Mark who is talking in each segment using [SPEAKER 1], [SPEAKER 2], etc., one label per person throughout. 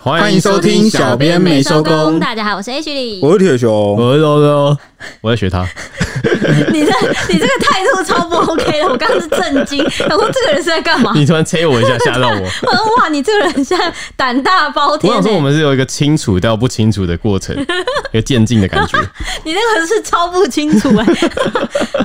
[SPEAKER 1] 欢迎收听小编没收工
[SPEAKER 2] 大家好，我是 H 李。
[SPEAKER 3] 我是铁熊，
[SPEAKER 1] 我喽喽，我在学他，
[SPEAKER 2] 你这你这个态度超不 OK 的，我刚刚是震惊，然后这个人是在干嘛？
[SPEAKER 1] 你突然切我一下，吓到 我。
[SPEAKER 2] 我说哇，你这个人现在胆大包
[SPEAKER 1] 我
[SPEAKER 2] 天、
[SPEAKER 1] 想说，我
[SPEAKER 2] 欸，
[SPEAKER 1] 们是有一个清楚到不清楚的过 程，一个渐进的感 觉。
[SPEAKER 2] 你那个是超不清楚哎、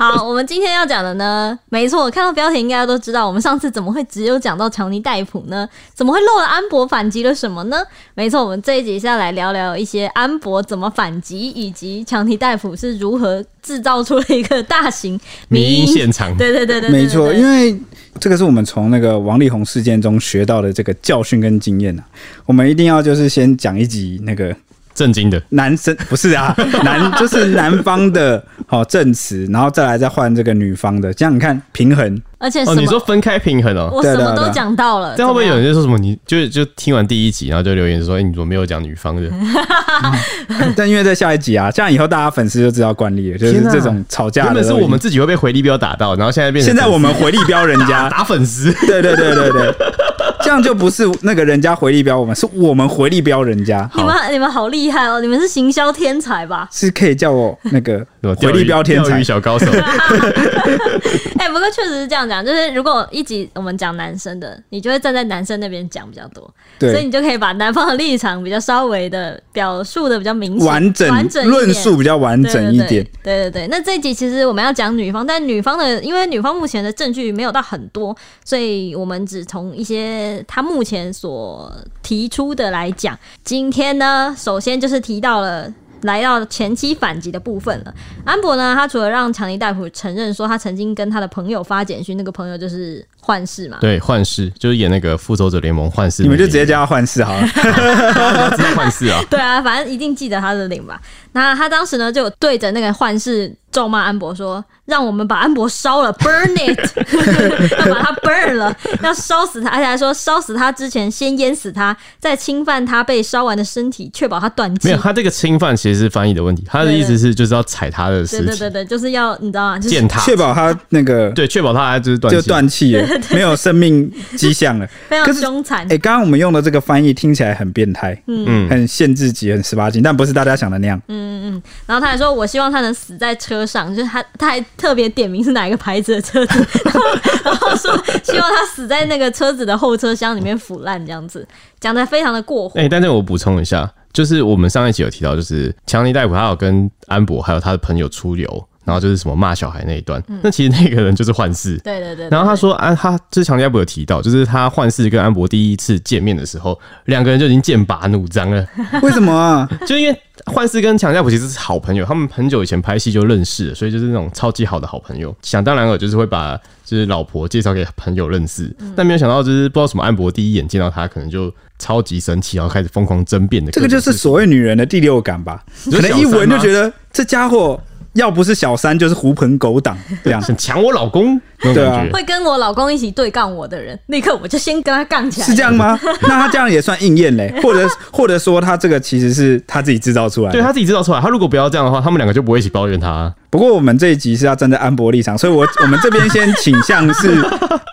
[SPEAKER 2] 好，我们今天要讲的呢，没错，看到标题应该都知道，我们上次怎么会只有讲到强尼戴普呢？怎么会漏了安博反击了什么呢？没错，我们这一集是要来聊聊一些安博怎么反击，以及强尼戴普是如何制造出了一个大型
[SPEAKER 1] 迷因现场，
[SPEAKER 2] 对对对对，对
[SPEAKER 3] 嗯没错，
[SPEAKER 2] 对
[SPEAKER 3] 因为这个是我们从那个王力宏事件中学到的这个教训跟经验啊，我们一定要就是先讲一集那个
[SPEAKER 1] 震惊的，
[SPEAKER 3] 男生不是啊，男就是男方的好证词，然后再来再换这个女方的，这样你看平衡。
[SPEAKER 2] 而且什
[SPEAKER 1] 哦，
[SPEAKER 2] 么、
[SPEAKER 1] 你说分开平衡哦。
[SPEAKER 2] 我什
[SPEAKER 3] 对啊
[SPEAKER 2] 么
[SPEAKER 3] 对啊
[SPEAKER 2] 都讲到了，
[SPEAKER 1] 这样会不会
[SPEAKER 2] 怎
[SPEAKER 1] 有
[SPEAKER 2] 么样
[SPEAKER 1] 人就说什么？你就就听完第一集，然后就留言说：“哎、你怎么没有讲女方 的
[SPEAKER 3] 但因为在下一集啊，这样以后大家粉丝就知道惯例了，就是
[SPEAKER 1] 天啊
[SPEAKER 3] 这种吵？”架
[SPEAKER 1] 原
[SPEAKER 3] 的
[SPEAKER 1] 本
[SPEAKER 3] 都已
[SPEAKER 1] 是
[SPEAKER 3] 经。
[SPEAKER 1] 我们自己会被回力镖打到，然后现在变成
[SPEAKER 3] 现在我们回力标人
[SPEAKER 1] 打
[SPEAKER 3] 家，
[SPEAKER 1] 打粉丝，
[SPEAKER 3] 对对对对对，这样就不是那个人家回力标我们，是我们回力标人家。
[SPEAKER 2] 你们你们好厉害哦，你们是行销天才吧？
[SPEAKER 3] 是可以叫我那 个
[SPEAKER 1] 什么
[SPEAKER 3] 回力标天
[SPEAKER 1] 钓
[SPEAKER 3] 才
[SPEAKER 1] 鱼，小高手，
[SPEAKER 2] 哎、不过确实是这样讲，就是如果一集我们讲男生的，你就会站在男生那边讲比较多，所以
[SPEAKER 3] 对，
[SPEAKER 2] 你就可以把男方的立场比较稍微的表述的比较明显、
[SPEAKER 3] 完整
[SPEAKER 2] 完整一点
[SPEAKER 3] 论述比较完整一点。
[SPEAKER 2] 对对对。对对对，那这一集其实我们要讲女方，但女方的因为女方目前的证据没有到很多，所以我们只从一些她目前所提出的来讲。今天呢，首先就是提到了。来到前期反击的部分了。安博呢，他除了让强尼戴普承认说他曾经跟他的朋友发简讯，那个朋友就是幻视嘛，
[SPEAKER 1] 对，幻视就是演那个《复仇者联盟》幻视，
[SPEAKER 3] 你们就直 接叫他幻视好了。
[SPEAKER 1] 知道幻视啊。
[SPEAKER 2] 对啊，反正一定记得他的脸吧。那他当时呢，就对着那个幻视咒骂安博说：“让我们把安博烧了，burn it，要把他 burn 了，要烧死他。”而且还说烧死他之前先淹死他，再侵犯他被烧完的身体，确保他断
[SPEAKER 1] 没
[SPEAKER 2] 气
[SPEAKER 1] 有，。他这个侵犯其实是翻译的问题，他的意思是就是要踩他的
[SPEAKER 2] 对
[SPEAKER 1] 尸
[SPEAKER 2] 对对
[SPEAKER 1] 体，
[SPEAKER 2] 对，就是要你知道吗？就是
[SPEAKER 1] 践踏，
[SPEAKER 3] 确保他那个
[SPEAKER 1] 对，确保他就是断
[SPEAKER 3] 就
[SPEAKER 1] 气
[SPEAKER 3] 断气了，没有生命迹象 了。
[SPEAKER 2] 非常
[SPEAKER 3] 可是
[SPEAKER 2] 凶残。
[SPEAKER 3] 哎，刚刚我们用的这个翻译听起来很变态，嗯，很限制级，很十八禁，但不是大家想的那
[SPEAKER 2] 嗯
[SPEAKER 3] 样。
[SPEAKER 2] 然后他还说：“我希望他能死在车上。”就是他，他还特别点名是哪一个牌子的车子，然后然后说希望他死在那个车子的后车厢里面腐烂这样子，讲的非常的过火。
[SPEAKER 1] 哎、但是我补充一下，就是我们上一集有提到，就是强尼戴普他有跟安博还有他的朋友出游，然后就是什么骂小孩那一段，那其实那个人就是幻视。
[SPEAKER 2] 嗯对对对，
[SPEAKER 1] 然后他说，啊，他就是强尼戴普有提到，就是他幻视跟安博第一次见面的时候，两个人就已经剑拔弩张了，
[SPEAKER 3] 为什么啊？
[SPEAKER 1] 就是因为幻视跟强尼戴普其实是好朋友，他们很久以前拍戏就认识了，所以就是那种超级好的好朋友。想当然尔就是会把就是老婆介绍给朋友认识，
[SPEAKER 3] 嗯
[SPEAKER 1] 但没有想到就是不知道什么安博第一眼见到他，可能就超级生气，然后开始疯狂争辩的。
[SPEAKER 3] 这个就是所谓女人的第六感吧？
[SPEAKER 1] 你
[SPEAKER 3] 可
[SPEAKER 1] 说
[SPEAKER 3] 能一闻
[SPEAKER 1] 小三吗
[SPEAKER 3] 就觉得这家伙要不是小三就是狐朋狗党这样。
[SPEAKER 1] 想抢我老公那种感觉。
[SPEAKER 3] 啊
[SPEAKER 2] 会跟我老公一起对杠我的人，立刻我就先跟他杠起来。
[SPEAKER 3] 是这样吗？那他这样也算应验嘞，或者或者说他这个其实是他自己制造出来
[SPEAKER 1] 对
[SPEAKER 3] 的。
[SPEAKER 1] 他自己知道出来，他如果不要这样的话，他们两个就不会一起抱怨他。
[SPEAKER 3] 不过我们这一集是要站在安博立场，所以我我们这边先倾向是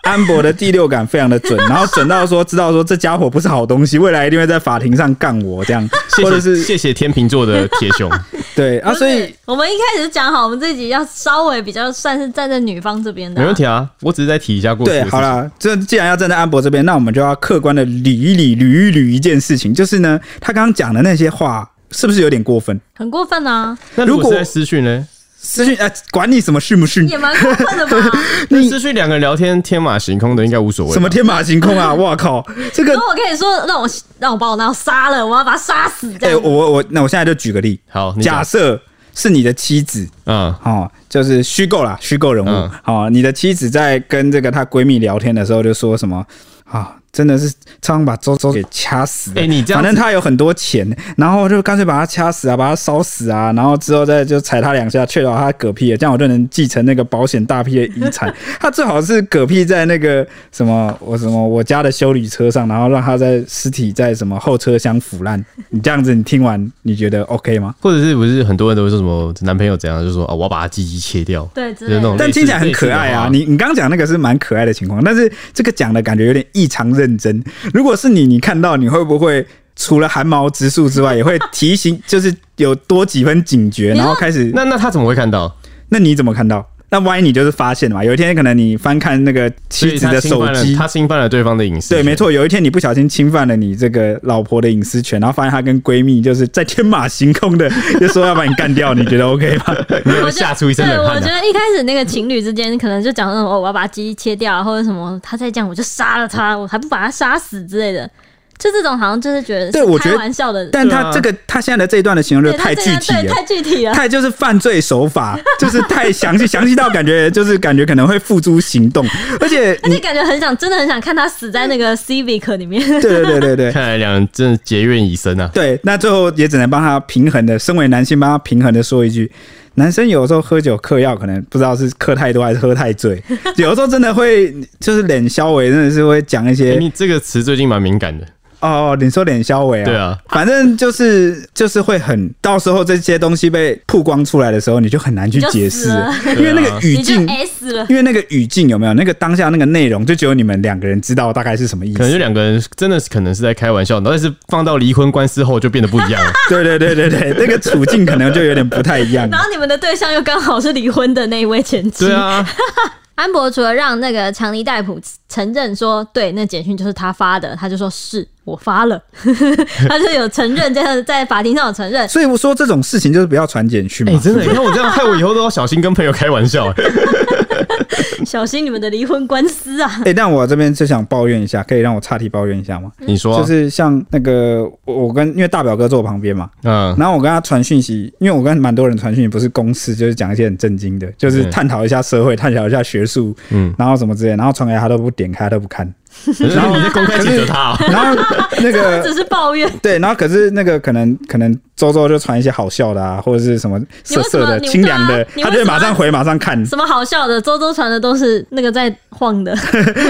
[SPEAKER 3] 安博的第六感非常的准，然后准到说知道说这家伙不是好东西，未来一定会在法庭上干我这样，
[SPEAKER 1] 谢
[SPEAKER 3] 或
[SPEAKER 1] 谢
[SPEAKER 3] 者是
[SPEAKER 1] 谢谢天秤座的铁 熊，
[SPEAKER 3] 对啊，
[SPEAKER 2] 不是
[SPEAKER 3] 所以
[SPEAKER 2] 我们一开始讲好，我们这集要稍微比较算是站在女方这边的、
[SPEAKER 1] 没问。题啊。我只是在提一下过去的
[SPEAKER 3] 对
[SPEAKER 1] 事情。
[SPEAKER 3] 好啦，这既然要站在安博这边，那我们就要客观的捋一捋、捋一捋一件事情，就是呢，他刚刚讲的那些话是不是有点过分？
[SPEAKER 2] 很过分啊，
[SPEAKER 1] 那如
[SPEAKER 3] 如
[SPEAKER 1] 果
[SPEAKER 3] 果
[SPEAKER 1] 是在私讯呢？
[SPEAKER 3] 私讯啊，管你什么讯不讯，
[SPEAKER 2] 也蛮过 分的吧？
[SPEAKER 1] 那私讯两个人聊天天马行空的，应该无所谓吧。
[SPEAKER 3] 什么天马行 空啊！哇靠，这个
[SPEAKER 2] 如果我跟你说，让我让我把我男友杀了，我要把他杀死，这
[SPEAKER 3] 哎、
[SPEAKER 2] 样、
[SPEAKER 3] 我我我，那我现在就举个例，
[SPEAKER 1] 好，你
[SPEAKER 3] 假
[SPEAKER 1] 讲
[SPEAKER 3] 设是你的妻子
[SPEAKER 1] 嗯，
[SPEAKER 3] 哦，就是虚构啦，虚构人物、
[SPEAKER 1] 嗯
[SPEAKER 3] 哦，你的妻子在跟这个她闺蜜聊天的时候就说什么啊、真的是常常把周周给掐死了。
[SPEAKER 1] 哎你这样
[SPEAKER 3] 反
[SPEAKER 1] 子
[SPEAKER 3] 正她有很多钱，然后就干脆把她掐死啊，把她烧死啊，然后之后再就踩她两下，确保她嗝屁了，这样我就能继承那个保险大批的遗 产。她最好是嗝屁在那个什么我什么我家的修理车上，然后让她在尸体在什么后车厢腐烂。你这样子，你听完你觉得 OK 吗？
[SPEAKER 1] 或者是不是很多人都会说什么男朋友怎样，就说啊我要把他鸡鸡切掉，
[SPEAKER 2] 对之
[SPEAKER 1] 就是
[SPEAKER 2] 类
[SPEAKER 1] 那
[SPEAKER 2] 的
[SPEAKER 1] 种。
[SPEAKER 3] 但听起来很可
[SPEAKER 1] 哦类
[SPEAKER 3] 爱啊！
[SPEAKER 1] 似的话
[SPEAKER 3] 你你刚讲那个是蛮 可爱的情况，但是这个讲的感觉有点异常认真。如果是你，你看到你会不会除了寒毛直竖之外，也会提醒， 就是有多几分警觉，
[SPEAKER 2] 你说
[SPEAKER 3] 然后开始。那
[SPEAKER 1] 那那他怎么会看到？
[SPEAKER 3] 那你怎么看到？那万一你就是发现了嘛？有一天可能你翻看那个
[SPEAKER 1] 所
[SPEAKER 3] 妻
[SPEAKER 1] 以
[SPEAKER 3] 子
[SPEAKER 1] 他
[SPEAKER 3] 的
[SPEAKER 1] 侵
[SPEAKER 3] 手
[SPEAKER 1] 犯了
[SPEAKER 3] 机，
[SPEAKER 1] 他侵犯了对方的隐私。
[SPEAKER 3] 对，没。错，有一天你不小心侵犯了你这个老婆的隐私权，然后发现她跟闺蜜就是在天马行空的， 就说要把你干掉，你觉得 OK 吗？
[SPEAKER 1] 没有
[SPEAKER 2] 我觉
[SPEAKER 1] 吓
[SPEAKER 2] 得，
[SPEAKER 1] 出一身
[SPEAKER 2] 对，
[SPEAKER 1] 冷
[SPEAKER 2] 我
[SPEAKER 1] 汗
[SPEAKER 2] 觉
[SPEAKER 1] 啊！
[SPEAKER 2] 得一开始那个情侣之间可能就讲那种哦，我要把鸡切掉啊，或者什么，他再这样我就杀了他，我还不把他杀死之类的，就这种好像就是觉得
[SPEAKER 3] 对
[SPEAKER 2] 是
[SPEAKER 3] 我觉
[SPEAKER 2] 开
[SPEAKER 3] 得
[SPEAKER 2] 玩笑的，
[SPEAKER 3] 但
[SPEAKER 1] 对
[SPEAKER 3] 她
[SPEAKER 1] 啊
[SPEAKER 3] 这个她现在的这一段的形容
[SPEAKER 2] 对
[SPEAKER 3] 就
[SPEAKER 2] 他
[SPEAKER 3] 太
[SPEAKER 2] 这
[SPEAKER 3] 具
[SPEAKER 2] 样
[SPEAKER 3] 体
[SPEAKER 2] 对
[SPEAKER 3] 了。
[SPEAKER 2] 太具体了。
[SPEAKER 3] 太就是犯罪手法， 就是太详细，详细到感觉就是感觉可能会付诸行动，而且
[SPEAKER 2] 而 且感觉很想，真的很想看他死在那个
[SPEAKER 1] 嗯
[SPEAKER 2] Civic 里面。
[SPEAKER 3] 对对对对对，
[SPEAKER 1] 看来两人真的结怨已深啊！
[SPEAKER 3] 对，那最后也只能帮他平衡的，身为男性帮他平衡的说一句，男生有时候喝酒嗑药，可能不知道是嗑太多还是喝太 醉，有时候真的会就是脸消委，真的是会讲一
[SPEAKER 1] 哎、
[SPEAKER 3] 些、
[SPEAKER 1] 你这个词最近蛮敏感的，
[SPEAKER 3] 哦，你说脸消委啊，
[SPEAKER 1] 对啊，
[SPEAKER 3] 反正就是就是会很，到时候这些东西被曝光出来的时候，你就很难去
[SPEAKER 2] 你就
[SPEAKER 3] 解
[SPEAKER 2] 死
[SPEAKER 3] 释
[SPEAKER 2] 了，
[SPEAKER 3] 因为那
[SPEAKER 1] 对啊
[SPEAKER 3] 个语
[SPEAKER 2] 你就
[SPEAKER 3] 境。
[SPEAKER 2] S 了，
[SPEAKER 3] 因为那个语境有没有那个当下那个内容，就只有你们两个人知道大概是什么意
[SPEAKER 1] 可能就
[SPEAKER 3] 思。
[SPEAKER 1] 两个人真的是可能是在开玩笑，但是放到离婚官司后就变得不一样了。
[SPEAKER 3] 对对对 对对，那个处境可能就有点不太一样。
[SPEAKER 2] 然后你们的对象又刚好是离婚的那一位前妻。
[SPEAKER 1] 对啊，
[SPEAKER 2] 安博除了让那个强尼戴普承认说对那简讯就是他发的，他就说是我发了， 他就有承认，在在法庭上有承 认。
[SPEAKER 3] 所以我说这种事情就是不要传简讯嘛。
[SPEAKER 1] 哎、真的，你看我这样害我以后都要小心跟朋友开玩笑、
[SPEAKER 2] 小心你们的离婚官司啊！
[SPEAKER 3] 哎、但我这边就想抱怨一下，可以让我岔题抱怨一下吗？
[SPEAKER 1] 你说啊、
[SPEAKER 3] 就是像那个我我跟因为大表哥坐我旁边嘛，
[SPEAKER 1] 嗯，
[SPEAKER 3] 然后我跟他传讯息，因为我跟蛮多人传讯息，不是公事，就是讲一些很震惊的，就是
[SPEAKER 1] 嗯
[SPEAKER 3] 探讨一下社会，探讨一下学术，
[SPEAKER 1] 嗯
[SPEAKER 3] 嗯，然后什么之类的，然后传给他都不点开，他都不看，
[SPEAKER 1] 然后你在公开谴责他、 哦，
[SPEAKER 3] 然后那个
[SPEAKER 2] 只是抱怨，
[SPEAKER 3] 对，然后可是那个可能可能周周就传一些好笑的啊，或者是什么色色的、
[SPEAKER 2] 你为什么你啊
[SPEAKER 3] 清凉的，
[SPEAKER 2] 你为
[SPEAKER 3] 他就会
[SPEAKER 2] 什么
[SPEAKER 3] 马上回，马上看。
[SPEAKER 2] 什么好笑的？周周传的都是那个在晃的，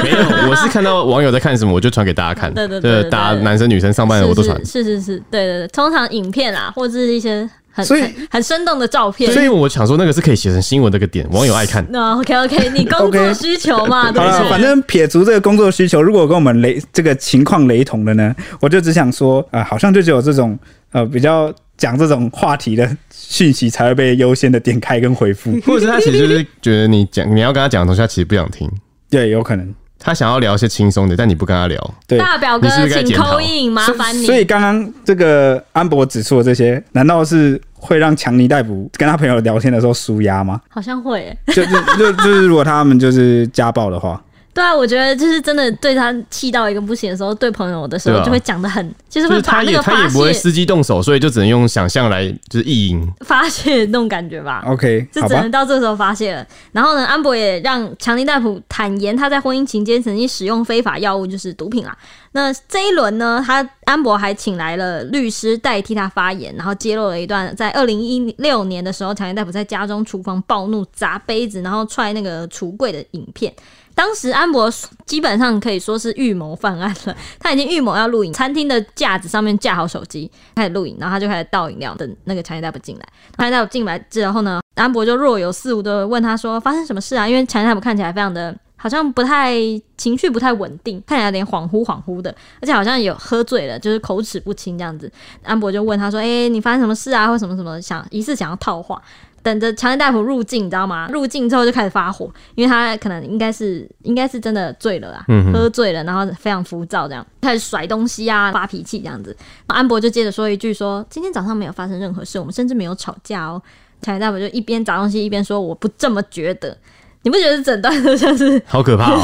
[SPEAKER 1] 没有，我是看到网友在看什么，我就传给大家看。
[SPEAKER 2] 对对对对对
[SPEAKER 1] 大家男生女生上班的我都传。
[SPEAKER 2] 是是是是，对对对，通常影片啊，或者是一些很
[SPEAKER 3] 所以
[SPEAKER 2] 很很生动的照片。
[SPEAKER 1] 所以我想说，那个是可以写成新闻的一个点，网友爱 看。。
[SPEAKER 2] 那 OK OK，你工作
[SPEAKER 3] OK
[SPEAKER 2] 需求嘛，对
[SPEAKER 3] 好
[SPEAKER 2] 不
[SPEAKER 3] 了，
[SPEAKER 2] 对？
[SPEAKER 3] 反正撇除这个工作需求，如果跟我们雷这个情况雷同的呢，我就只想说，啊、好像就只有这种呃比较讲这种话题的讯息才会被优先的点开跟回复
[SPEAKER 1] 或者是他其实就是觉得你讲你要跟他讲的东西，他其实不想听，
[SPEAKER 3] 对，有可能。
[SPEAKER 1] 他想要聊一些轻松的，但你不跟他 聊。
[SPEAKER 3] 对，
[SPEAKER 2] 大表哥
[SPEAKER 1] 你是不是该
[SPEAKER 2] 请
[SPEAKER 1] 检讨
[SPEAKER 2] 扣印，麻烦你。
[SPEAKER 3] 所以刚刚这个安博指出的这些，难道是会让强尼逮捕跟他朋友聊天的时候舒压吗？
[SPEAKER 2] 好像会欸、
[SPEAKER 3] 就就就就是如果他们就是家暴的话，
[SPEAKER 2] 对啊，我觉得就是真的对他气到一个不行的时候，对朋友的时
[SPEAKER 1] 对
[SPEAKER 2] 候
[SPEAKER 1] 啊
[SPEAKER 2] 就会讲的很，就是
[SPEAKER 1] 就
[SPEAKER 2] 会
[SPEAKER 1] 是
[SPEAKER 2] 把
[SPEAKER 1] 他
[SPEAKER 2] 那
[SPEAKER 1] 也
[SPEAKER 2] 个
[SPEAKER 1] 他
[SPEAKER 2] 发
[SPEAKER 1] 也不会
[SPEAKER 2] 泄
[SPEAKER 1] 司机动手，所以就只能用想象来就是意淫。
[SPEAKER 2] 发泄那种感觉吧。
[SPEAKER 3] OK，
[SPEAKER 2] 就
[SPEAKER 3] 好
[SPEAKER 2] 只
[SPEAKER 3] 吧
[SPEAKER 2] 能，到这时候发泄了。然后呢，安博也让强尼戴普坦言他在婚姻期间曾经使用非法药物，就是毒品啦。那这一轮呢，他安博还请来了律师代替他发言，然后揭露了一段在二零一六年的时候，强尼戴普在家中厨房暴怒砸杯子，然后踹那个橱柜的影片。当时安博基本上可以说是预谋犯案了，他已经预谋要录影，餐厅的架子上面架好手机开始录影，然后他就开始倒饮料，等那个强尼戴普进来。强尼戴普进来之后呢，安博就若有似无的问他说：“发生什么事啊？”因为强尼戴普看起来非常的，好像不太情绪不太稳定，看起来有点恍惚恍惚的，而且好像有喝醉了，就是口齿不清这样子。安博就问他说：“哎、你发生什么事啊？或什么什么想疑似想要套话。”等着强尼戴普入境，你知道吗？入境之后就开始发火，因为他可能应该是应该是真的醉了啦，喝醉了，然后非常浮躁，这样开始甩东西啊，发脾气这样子。安博就接着说一句说：“今天早上没有发生任何事，我们甚至没有吵架哦。”强尼戴普就一边砸东西一边说：“我不这么觉得。”你不觉得整段都像是
[SPEAKER 1] 好可怕、哦！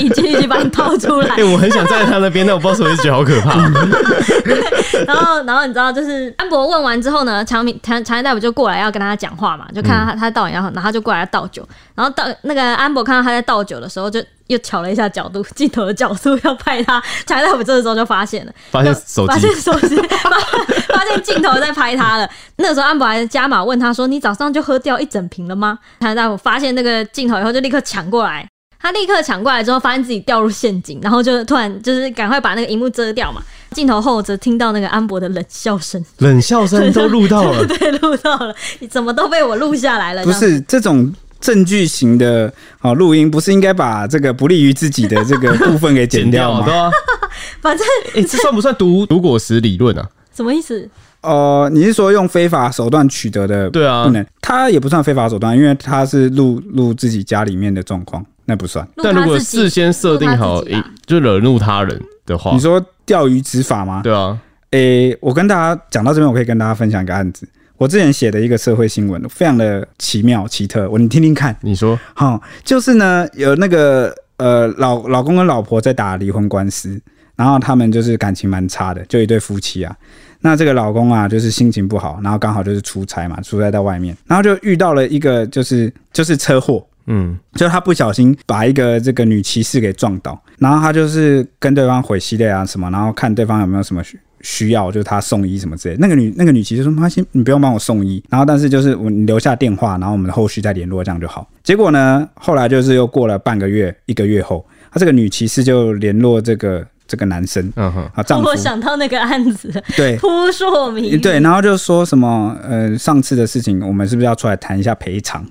[SPEAKER 2] 一句一句把你套出来
[SPEAKER 1] 哎、？我很想站在他那边，但我不知道为什么一直觉得好可 怕。
[SPEAKER 2] 然后，然后你知道，就是安博问完之后呢，强明强强尼大夫就过来要跟他讲话嘛，就看他、他倒饮料，然后他就过来倒酒，然后倒那个安博看到他在倒酒的时候，就又瞧了一下角度，镜头的角度要拍他，强尼大夫这个时候就发现了，
[SPEAKER 1] 发现手
[SPEAKER 2] 发
[SPEAKER 1] 机
[SPEAKER 2] 现，手机， 发发现镜头在拍他了。那个时候安博还加码问他说：“你早上就喝掉一整瓶了吗？”强尼大夫发现那个镜头以后，就立刻抢过来。他立刻抢过来之后，发现自己掉入陷阱，然后就突然就是赶快把那个荧幕遮掉嘛。镜头后则听到那个安博的冷笑声，
[SPEAKER 1] 冷笑声都录到了。
[SPEAKER 2] 对，录到了，你怎么都被我录下来了？
[SPEAKER 3] 不
[SPEAKER 2] 这样，
[SPEAKER 3] 是这种证据型的哦录音，不是应该把这个不利于自己的这个部分给剪掉
[SPEAKER 1] 对
[SPEAKER 3] 吗？
[SPEAKER 1] 啊，
[SPEAKER 2] 反正
[SPEAKER 1] 哎、这算不算毒毒果实理论啊？
[SPEAKER 2] 什么意思？
[SPEAKER 3] 哦，你是说用非法手段取得的？
[SPEAKER 1] 对啊
[SPEAKER 3] 不能，他也不算非法手段，因为他是录录自己家里面的状况，那不算。
[SPEAKER 2] 录
[SPEAKER 1] 但如
[SPEAKER 2] 他
[SPEAKER 1] 果
[SPEAKER 2] 自己
[SPEAKER 1] 事先设定好，
[SPEAKER 2] 弄他自己吧
[SPEAKER 1] 诶就惹怒他人的话
[SPEAKER 3] 你，说钓鱼执法吗？
[SPEAKER 1] 哦对啊，
[SPEAKER 3] 诶、我跟大家讲到这边，我可以跟大家分享一个案子。我之前写的一个社会新闻，非常的奇妙奇特，我你听听看。
[SPEAKER 1] 你说
[SPEAKER 3] 好、就是呢，有那个呃老老公跟老婆在打离婚官司，然后他们就是感情蛮差的，就一对夫妻啊。那这个老公啊，就是心情不好，然后刚好就是出差嘛，出差到外面，然后就遇到了一个就是就是车祸，
[SPEAKER 1] 嗯，
[SPEAKER 3] 就他不小心把一个这个女骑士给撞倒，然后他就是跟对方毁系列啊什么，然后看对方有没有什么需需要，就是他送医什么之类的。那个女那个女骑士说：“妈，先你不用帮我送医，然后但是就是我你留下电话，然后我们后续再联络这样就好。”结果呢，后来就是又过了半个月、一个月后，他这个女骑士就联络这个这个男生
[SPEAKER 1] 嗯哼，
[SPEAKER 3] 啊丈夫
[SPEAKER 2] 我，想到那个案子，
[SPEAKER 3] 对，
[SPEAKER 2] 扑朔迷离。
[SPEAKER 3] 对，然后就说什么呃上次的事情，我们是不是要出来谈一下赔偿？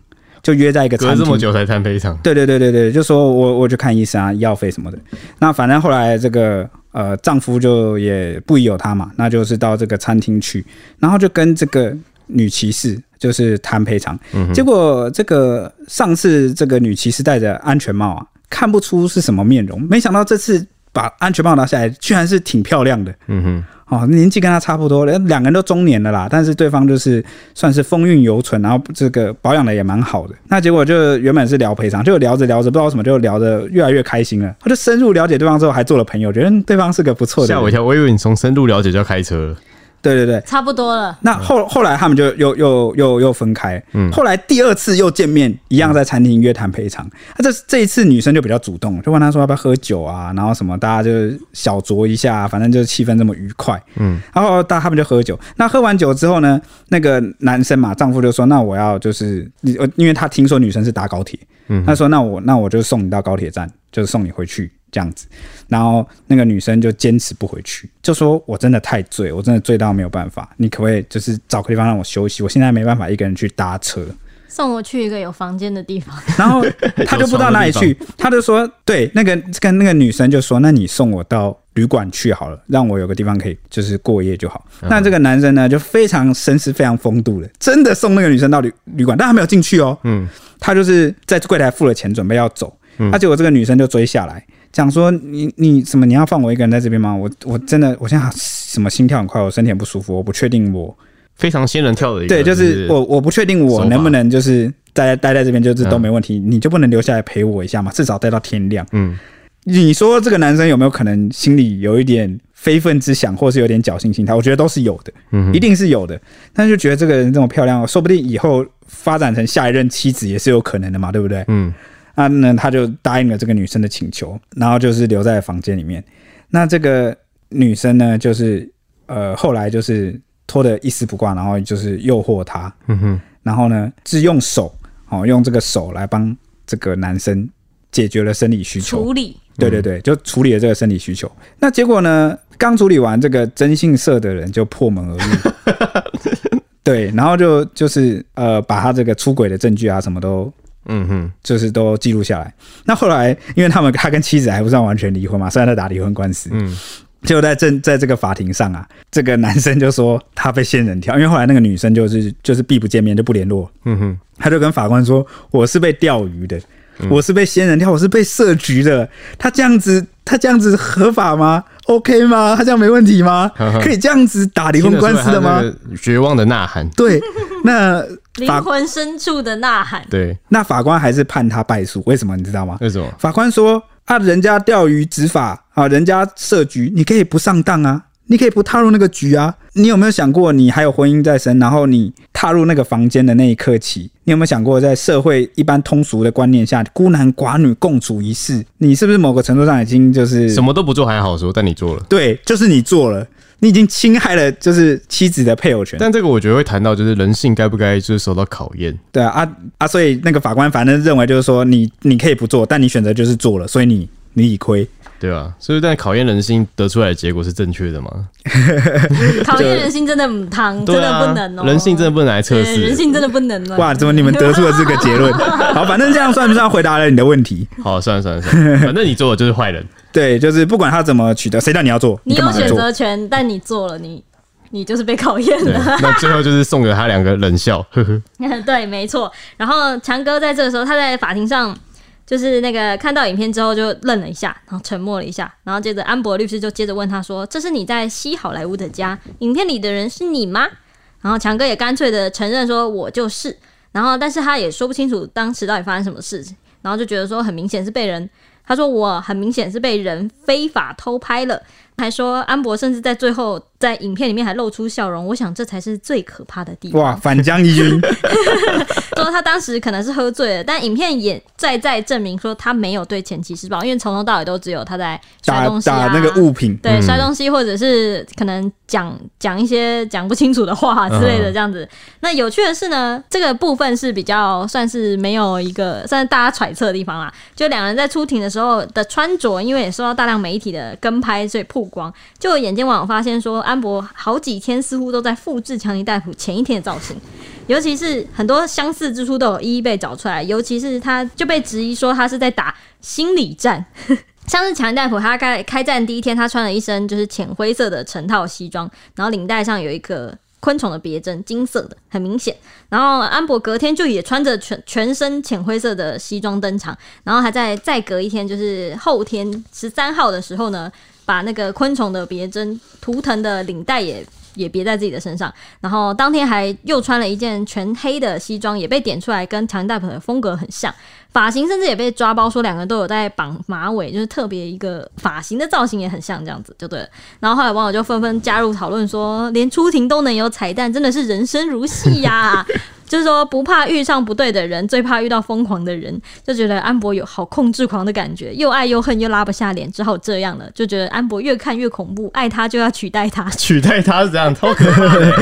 [SPEAKER 3] 就约在一个
[SPEAKER 1] 隔
[SPEAKER 3] 餐
[SPEAKER 1] 这
[SPEAKER 3] 厅
[SPEAKER 1] 么久才谈赔偿，
[SPEAKER 3] 对对对对对，就说我我去看医生啊，医药费什么的。那反正后来这个呃丈夫就也不疑有他嘛，那就是到这个餐厅去，然后就跟这个女骑士就是谈赔偿。
[SPEAKER 1] 嗯
[SPEAKER 3] 结果这个上次这个女骑士戴着安全帽啊，看不出是什么面容，没想到这次把安全帽拿下来，居然是挺漂亮的。
[SPEAKER 1] 嗯哼，
[SPEAKER 3] 哦，年纪跟他差不多，两个人都中年了啦，但是对方就是算是风韵犹存，然后这个保养的也蛮好的。那结果就原本是聊赔偿，就聊着聊着，不知道为什么就聊得越来越开心了。他就深入了解对方之后，还做了朋友，觉得嗯对方是个不错的
[SPEAKER 1] 吓我一
[SPEAKER 3] 人。
[SPEAKER 1] 跳，我以为你从深入了解就要开车了，
[SPEAKER 3] 对对对。
[SPEAKER 2] 差不多了。
[SPEAKER 3] 那后后来他们就又又又又分开，
[SPEAKER 1] 嗯
[SPEAKER 3] 后来第二次又见面，一样在餐厅约谈赔偿。那、这这一次女生就比较主动，就问他说要不要喝酒啊，然后什么大家就小酌一下，啊反正就是气氛这么愉快。
[SPEAKER 1] 嗯，
[SPEAKER 3] 然后大他们就喝酒。那喝完酒之后呢，那个男生嘛，丈夫就说：“那我要就是，呃因为他听说女生是搭高铁，
[SPEAKER 1] 嗯
[SPEAKER 3] 他说那我那我就送你到高铁站，就是送你回去这样子。”然后那个女生就坚持不回去，就说：“我真的太醉，我真的醉到没有办法，你可不可以就是找个地方让我休息？我现在没办法一个人去搭车。”
[SPEAKER 2] 送我去一个有房间的地方，
[SPEAKER 3] 然 后他就不知道哪里去，他就说：“对，那个跟那个女生就说，那你送我到旅馆去好了，让我有个地方可以就是过夜就好。”那这个男生呢，就非常绅士、非常风度的，真的送那个女生到旅旅馆，但他没有进去哦，
[SPEAKER 1] 嗯，
[SPEAKER 3] 他就是在柜台付了钱，准备要走，他结果这个女生就追下来。讲说你你什么你要放我一个人在这边吗？我我真的我现在什么心跳很快，我身体很不舒服，我不确定我
[SPEAKER 1] 非常仙人跳的一个，
[SPEAKER 3] 对，就是我我不确定我
[SPEAKER 1] 手法
[SPEAKER 3] 能不能就是待待在这边，就是都没问题，你就不能留下来陪我一下嘛？至少待到天亮。
[SPEAKER 1] 嗯，
[SPEAKER 3] 你说这个男生有没有可能心里有一点非分之想，或是有点侥幸心态？我觉得都是有的，
[SPEAKER 1] 嗯哼
[SPEAKER 3] 一定是有的。但是就觉得这个人这么漂亮，说不定以后发展成下一任妻子也是有可能的嘛，对不对？
[SPEAKER 1] 嗯，
[SPEAKER 3] 啊，那他就答应了这个女生的请求，然后就是留在房间里面。那这个女生呢，就是呃，后来就是脱得一丝不挂，然后就是诱惑他，
[SPEAKER 1] 嗯哼，
[SPEAKER 3] 然后呢是用手哦，用这个手来帮这个男生解决了生理需求。
[SPEAKER 2] 处理嗯
[SPEAKER 3] 对对对，就处理了这个生理需求。那结果呢，刚处理完，这个征信社的人就破门而入。 对，然后就就是呃，把他这个出轨的证据啊，什么都
[SPEAKER 1] 嗯哼，
[SPEAKER 3] 就是都记录下来。那后来，因为他们他跟妻子还不算完全离婚嘛，虽然在打离婚官司，
[SPEAKER 1] 嗯，
[SPEAKER 3] 就在正在这个法庭上啊，这个男生就说他被仙人跳，因为后来那个女生就是就是避不见面就不联络，
[SPEAKER 1] 嗯哼，嗯
[SPEAKER 3] 他就跟法官说我是被钓鱼的，我是被仙人跳，我是被设局的，他这样子他这样子合法吗？OK 吗？他这样没问题吗？
[SPEAKER 1] 呵呵
[SPEAKER 3] 可以这样子打离婚官司的吗？
[SPEAKER 1] 听得出来他那个绝望的呐喊，
[SPEAKER 3] 对，那
[SPEAKER 2] 灵
[SPEAKER 3] 法
[SPEAKER 2] 魂深处的呐 喊，
[SPEAKER 1] 对，
[SPEAKER 3] 那法官还是判他败诉，为什么你知道吗？
[SPEAKER 1] 为什么？
[SPEAKER 3] 法官说啊，人家钓鱼执法啊，人家设局，你可以不上当啊，你可以不踏入那个局啊。你有没有想过，你还有婚姻在身，然后你踏入那个房间的那一刻起，你有没有想过，在社会一般通俗的观念下，孤男寡女共处一室，你是不是某个程度上已经就是
[SPEAKER 1] 什么都不做还好说，但你做了。
[SPEAKER 3] 对，就是你做了，你已经侵害了就是妻子的配偶权。
[SPEAKER 1] 但这个我觉得会谈到，就是人性该不该就是受到考验。
[SPEAKER 3] 对啊，啊啊，所以那个法官反正认为就是说你，你可以不做，但你选择就是做了，所以你你理亏。
[SPEAKER 1] 对吧？所以，但考验人性得出来的结果是正确的吗？
[SPEAKER 2] 考验人性真的母汤，真
[SPEAKER 1] 对啊，
[SPEAKER 2] 的不能哦、
[SPEAKER 1] 人性真的不能来测
[SPEAKER 2] 对人
[SPEAKER 1] 试。
[SPEAKER 2] 性真的不能哦、
[SPEAKER 3] 哇，怎么你们得出了这 个结论？好，反正这样算不算回答了你的问题？
[SPEAKER 1] 好，算了算了算了，反正你做的就是坏人。
[SPEAKER 3] 对，就是不管他怎么取得，谁叫你要做，
[SPEAKER 2] 你
[SPEAKER 3] 干嘛
[SPEAKER 2] 有
[SPEAKER 3] 要
[SPEAKER 2] 选
[SPEAKER 3] 做？
[SPEAKER 2] 择权，但你做了，你你就是被考验
[SPEAKER 1] 对
[SPEAKER 2] 了。，
[SPEAKER 1] 那最后就是送给他两个冷笑，呵呵。
[SPEAKER 2] 对，没错。然后强哥在这个时候，他在法庭上就是那个看到影片之后就愣了一下，然后沉默了一下，然后接着安博律师就接着问他说：“这是你在西好莱坞的家，影片里的人是你吗？”然后强哥也干脆的承认说：“我就是。”然后但是他也说不清楚当时到底发生什么事情，然后就觉得说很明显是被人。他说：“我很明显是被人非法偷拍了。”还说安博甚至在最后在影片里面还露出笑容，我想这才是最可怕的地方。
[SPEAKER 3] 哇，反将一 军，
[SPEAKER 2] 说他当时可能是喝醉了，但影片也再再证明说他没有对前妻施暴，因为从头到尾都只有他在摔
[SPEAKER 3] 打
[SPEAKER 2] 东西啊，
[SPEAKER 3] 打那个物品，
[SPEAKER 2] 对
[SPEAKER 1] 嗯
[SPEAKER 2] 摔东西，或者是可能讲讲一些讲不清楚的话之类的
[SPEAKER 1] 嗯
[SPEAKER 2] 这样子。那有趣的是呢，这个部分是比较算是没有一个算是大家揣测的地方啦。就两人在出庭的时候的穿着，因为也受到大量媒体的跟拍，所以曝光。就有眼尖网友发现说，安博好几天似乎都在复制强尼戴普前一天的造型，尤其是很多相似之处都有一一被找出来，尤其是他就被质疑说他是在打心理战。像是强尼戴普，他开开战第一天，他穿了一身就是浅灰色的成套西装，然后领带上有一个昆虫的别针，金色的，很明显。然后安博隔天就也穿着全全身浅灰色的西装登场，然后还在再隔一天，就是后天十三号的时候呢，把那个昆虫的别针图腾的领带也。也别在自己的身上，然后当天还又穿了一件全黑的西装，也被点出来跟强尼戴普的风格很像。发型甚至也被抓包，说两个人都有在绑马尾，就是特别一个发型的造型也很像，这样子就对了。然后后来网友就纷纷加入讨论说，连出庭都能有彩蛋，真的是人生如戏呀、 就是说，不怕遇上不对的人，最怕遇到疯狂的人。就觉得安博有好控制狂的感觉，又爱又恨，又拉不下脸，只好这样了。就觉得安博越看越恐怖，爱他就要取代他，
[SPEAKER 1] 取代他是这样，超可 怕的。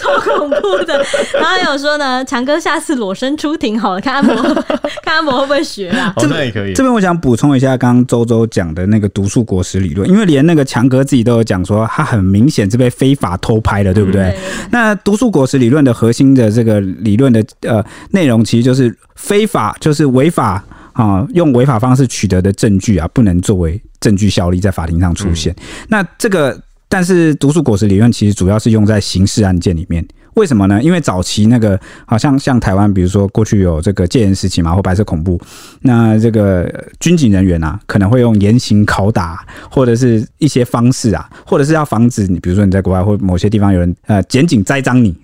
[SPEAKER 2] 超恐怖的。然后还有说呢，强哥下次裸身出庭好了，看安博， 看安博会不会学啊？
[SPEAKER 1] 好，那也可以
[SPEAKER 3] 这。边我想补充一下刚刚周周讲的那个毒素果实理论，因为连那个强哥自己都有讲说，他很明显是被非法偷拍的，对不对？
[SPEAKER 2] 对
[SPEAKER 3] 那毒素果实理论的核心的这个理论的呃内容，其实就是非法，就是违法啊、用违法方式取得的证据啊，不能作为证据效力在法庭上出现。那这个，但是毒素果实理论其实主要是用在刑事案件里面。为什么呢？因为早期那个好像像台湾，比如说过去有这个戒严时期嘛，或白色恐怖，那这个呃军警人员啊，可能会用严刑拷打，或者是一些方式啊，或者是要防止你，比如说你在国外或某些地方有人呃检警栽赃你，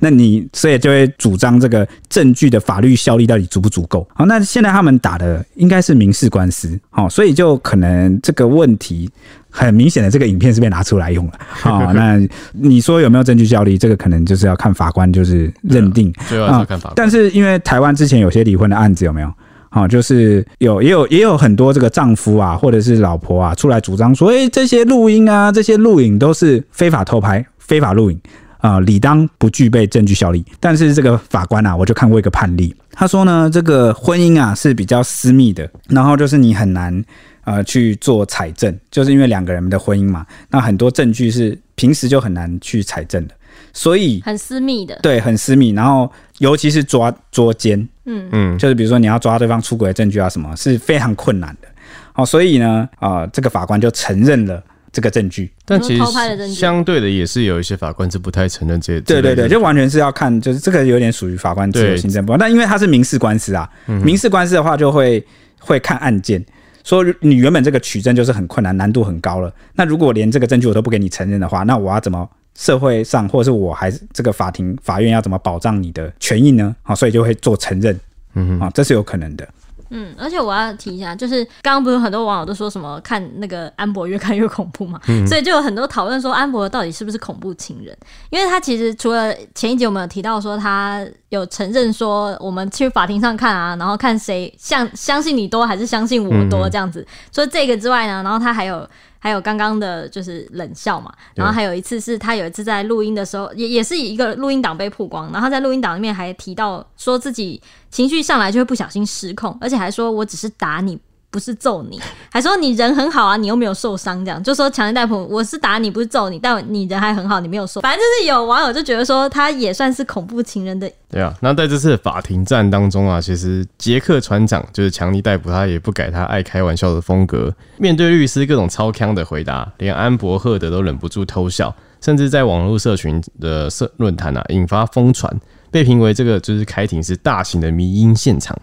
[SPEAKER 3] 那你所以就会主张这个证据的法律效力到底足不足够？好，那现在他们打的应该是民事官司，好、所以就可能这个问题。很明显的，这个影片是被拿出来用了。好、那你说有没有证据效力？这个可能就是要看法官就是认定
[SPEAKER 1] 最后还是要看法官。
[SPEAKER 3] 但是因为台湾之前有些离婚的案子有没有？好、就是有也有也有很多这个丈夫啊，或者是老婆啊，出来主张说，哎、这些录音啊，这些录影都是非法偷拍、非法录影。啊、理当不具备证据效力。但是这个法官啊，我就看过一个判例，他说呢，这个婚姻啊是比较私密的，然后就是你很难呃去做采证，就是因为两个人的婚姻嘛，那很多证据是平时就很难去采证的，所以
[SPEAKER 2] 很私密的。
[SPEAKER 3] 对，很私密。然后尤其是抓捉奸，
[SPEAKER 2] 嗯
[SPEAKER 1] 嗯
[SPEAKER 3] 就是比如说你要抓对方出轨的证据啊，什么是非常困难的。哦，所以呢，啊、这个法官就承认了这个证据。
[SPEAKER 1] 但其
[SPEAKER 2] 偷拍的证
[SPEAKER 1] 实
[SPEAKER 2] 据
[SPEAKER 1] 相对的，也是有一些法官是不太承认这些。
[SPEAKER 3] 对对
[SPEAKER 1] 这
[SPEAKER 3] 对，
[SPEAKER 1] 类的
[SPEAKER 3] 就完全是要看，就是这个有点属于法官自由
[SPEAKER 1] 对嗯
[SPEAKER 3] 行政部，但因为它是民事官司啊，民事官司的话就会会看案件。说你原本这个取证就是很困难，难度很高了。那如果连这个证据我都不给你承认的话，那我要怎么社会上或者是我还是这个法庭法院要怎么保障你的权益呢？好、所以就会做承认，嗯啊、这是有可能的。
[SPEAKER 2] 嗯，而且我要提一下，就是刚刚不是很多网友都说什么看那个安博越看越恐怖嘛，所以就有很多讨论说安博到底是不是恐怖情人？因为他其实除了前一集我们有提到说他有承认说我们去法庭上看啊，然后看谁相相信你多还是相信我多这样子，除了这个之外呢，然后他还有。还有刚刚的就是冷笑嘛，然后还有一次是他有一次在录音的时候，也也是一个录音档被曝光，然后他在录音档里面还提到说自己情绪上来就会不小心失控，而且还说我只是打你，不是揍你， 还说你人很好啊，你又没有受伤，这样就说强奸戴普我是打你不是揍你，但你人还很好，你没有受。反正就是有网友就觉得说他也算是恐怖情人的
[SPEAKER 1] 对啊，那在这次的法庭战当中啊，其实杰克船长就是强尼逮捕，他也不改他爱开玩笑的风格。面对律师各种超腔的回答，连安博赫德都忍不住偷笑，甚至在网络社群的社论坛啊引发疯传，被评为这个就是开庭是大型的迷因现场。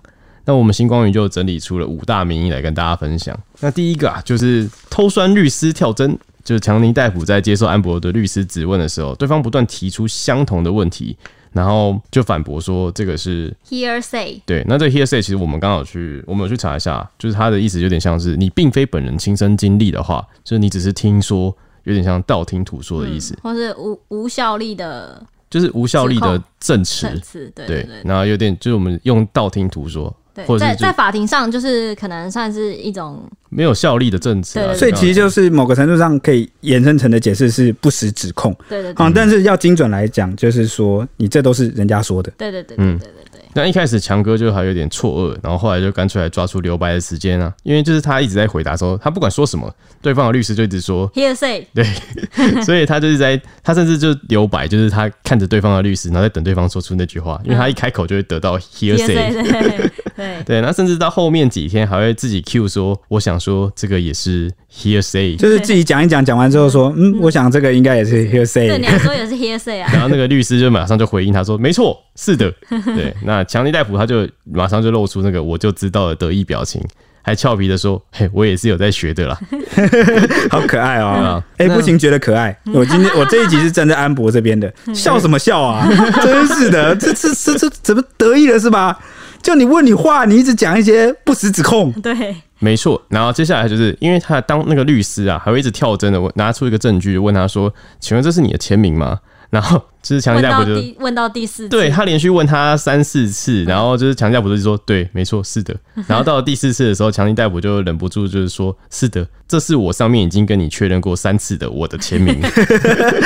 [SPEAKER 1] 那我们星光云就整理出了五大名义来跟大家分享。那第一个啊，就是偷酸律师跳针，就是强尼戴普在接受安博的律师质问的时候，对方不断提出相同的问题，然后就反驳说这个是
[SPEAKER 2] hearsay。
[SPEAKER 1] 对。那这 hearsay 其实我们刚好去，我们有去查一下，就是他的意思有点像是你并非本人亲身经历的话，就是你只是听说，有点像道听途说的意思，
[SPEAKER 2] 或是无无效力的
[SPEAKER 1] 就是无效力
[SPEAKER 2] 嗯指
[SPEAKER 1] 的
[SPEAKER 2] 控
[SPEAKER 1] 证词。
[SPEAKER 2] 证词，对
[SPEAKER 1] 对
[SPEAKER 2] 对对，
[SPEAKER 1] 然后有点就是我们用道听途说，
[SPEAKER 2] 对，
[SPEAKER 1] 或者
[SPEAKER 2] 在
[SPEAKER 1] 是就
[SPEAKER 2] 在法庭上就是可能算是一种
[SPEAKER 1] 没有效力的证词、啊。
[SPEAKER 2] 对
[SPEAKER 3] 所以其实就是某个程度上可以延伸成的解释是不实指控
[SPEAKER 2] 对对对
[SPEAKER 1] 哦嗯
[SPEAKER 3] 啊、但是要精准来讲，就是说你这都是人家说的。
[SPEAKER 2] 对对对对对对对，
[SPEAKER 1] 那一开始强哥就还有点错愕，然后后来就干脆还抓出留白的时间啊，因为就是他一直在回答说，他不管说什么，对方的律师就一直说，
[SPEAKER 2] hearsay，
[SPEAKER 1] 所以他就是在他甚至就留白，就是他看着对方的律师，然后在等对方说出那句话，因为他一开口就会得到 hearsay。
[SPEAKER 2] 对对 对，
[SPEAKER 1] 对，那甚至到后面几天还会自己 Q 说，我想说这个也是 hearsay，
[SPEAKER 3] 就是自己讲一讲，讲完之后说，嗯，我想这个应该也是 hearsay。
[SPEAKER 2] 对你来说也是 hearsay 啊，
[SPEAKER 1] 然后那个律师就马上就回应他说：“没错，是的。”对，那强尼戴普他就马上就露出那个我就知道的得意表情，还俏皮的说：“嘿，我也是有在学的啦。
[SPEAKER 3] 好可爱哦、
[SPEAKER 1] 对
[SPEAKER 3] 哎、
[SPEAKER 1] 啊
[SPEAKER 3] 不行，觉得可爱。我 今天我这一集是站在安博这边的，笑什么笑啊？ 真是的，这这这这怎么得意了是吧？就你问你话，你一直讲一些不实指控，
[SPEAKER 2] 对，”
[SPEAKER 1] 没错。然后接下来就是因为他当那个律师啊，还会一直跳针的问，拿出一个证据问他说：“请问这是你的签名吗？”然后就是强尼
[SPEAKER 2] 问
[SPEAKER 1] 戴普
[SPEAKER 2] 到
[SPEAKER 1] 就
[SPEAKER 2] 第问到第四
[SPEAKER 1] 对
[SPEAKER 2] 次，
[SPEAKER 1] 他连续问他三四次，然后就是强尼戴普就说：“对，没错，是的。”然后到了第四次的时候，强尼戴普就忍不住就是说：“是的，这是我上面已经跟你确认过三次的我的签 名。”
[SPEAKER 2] 反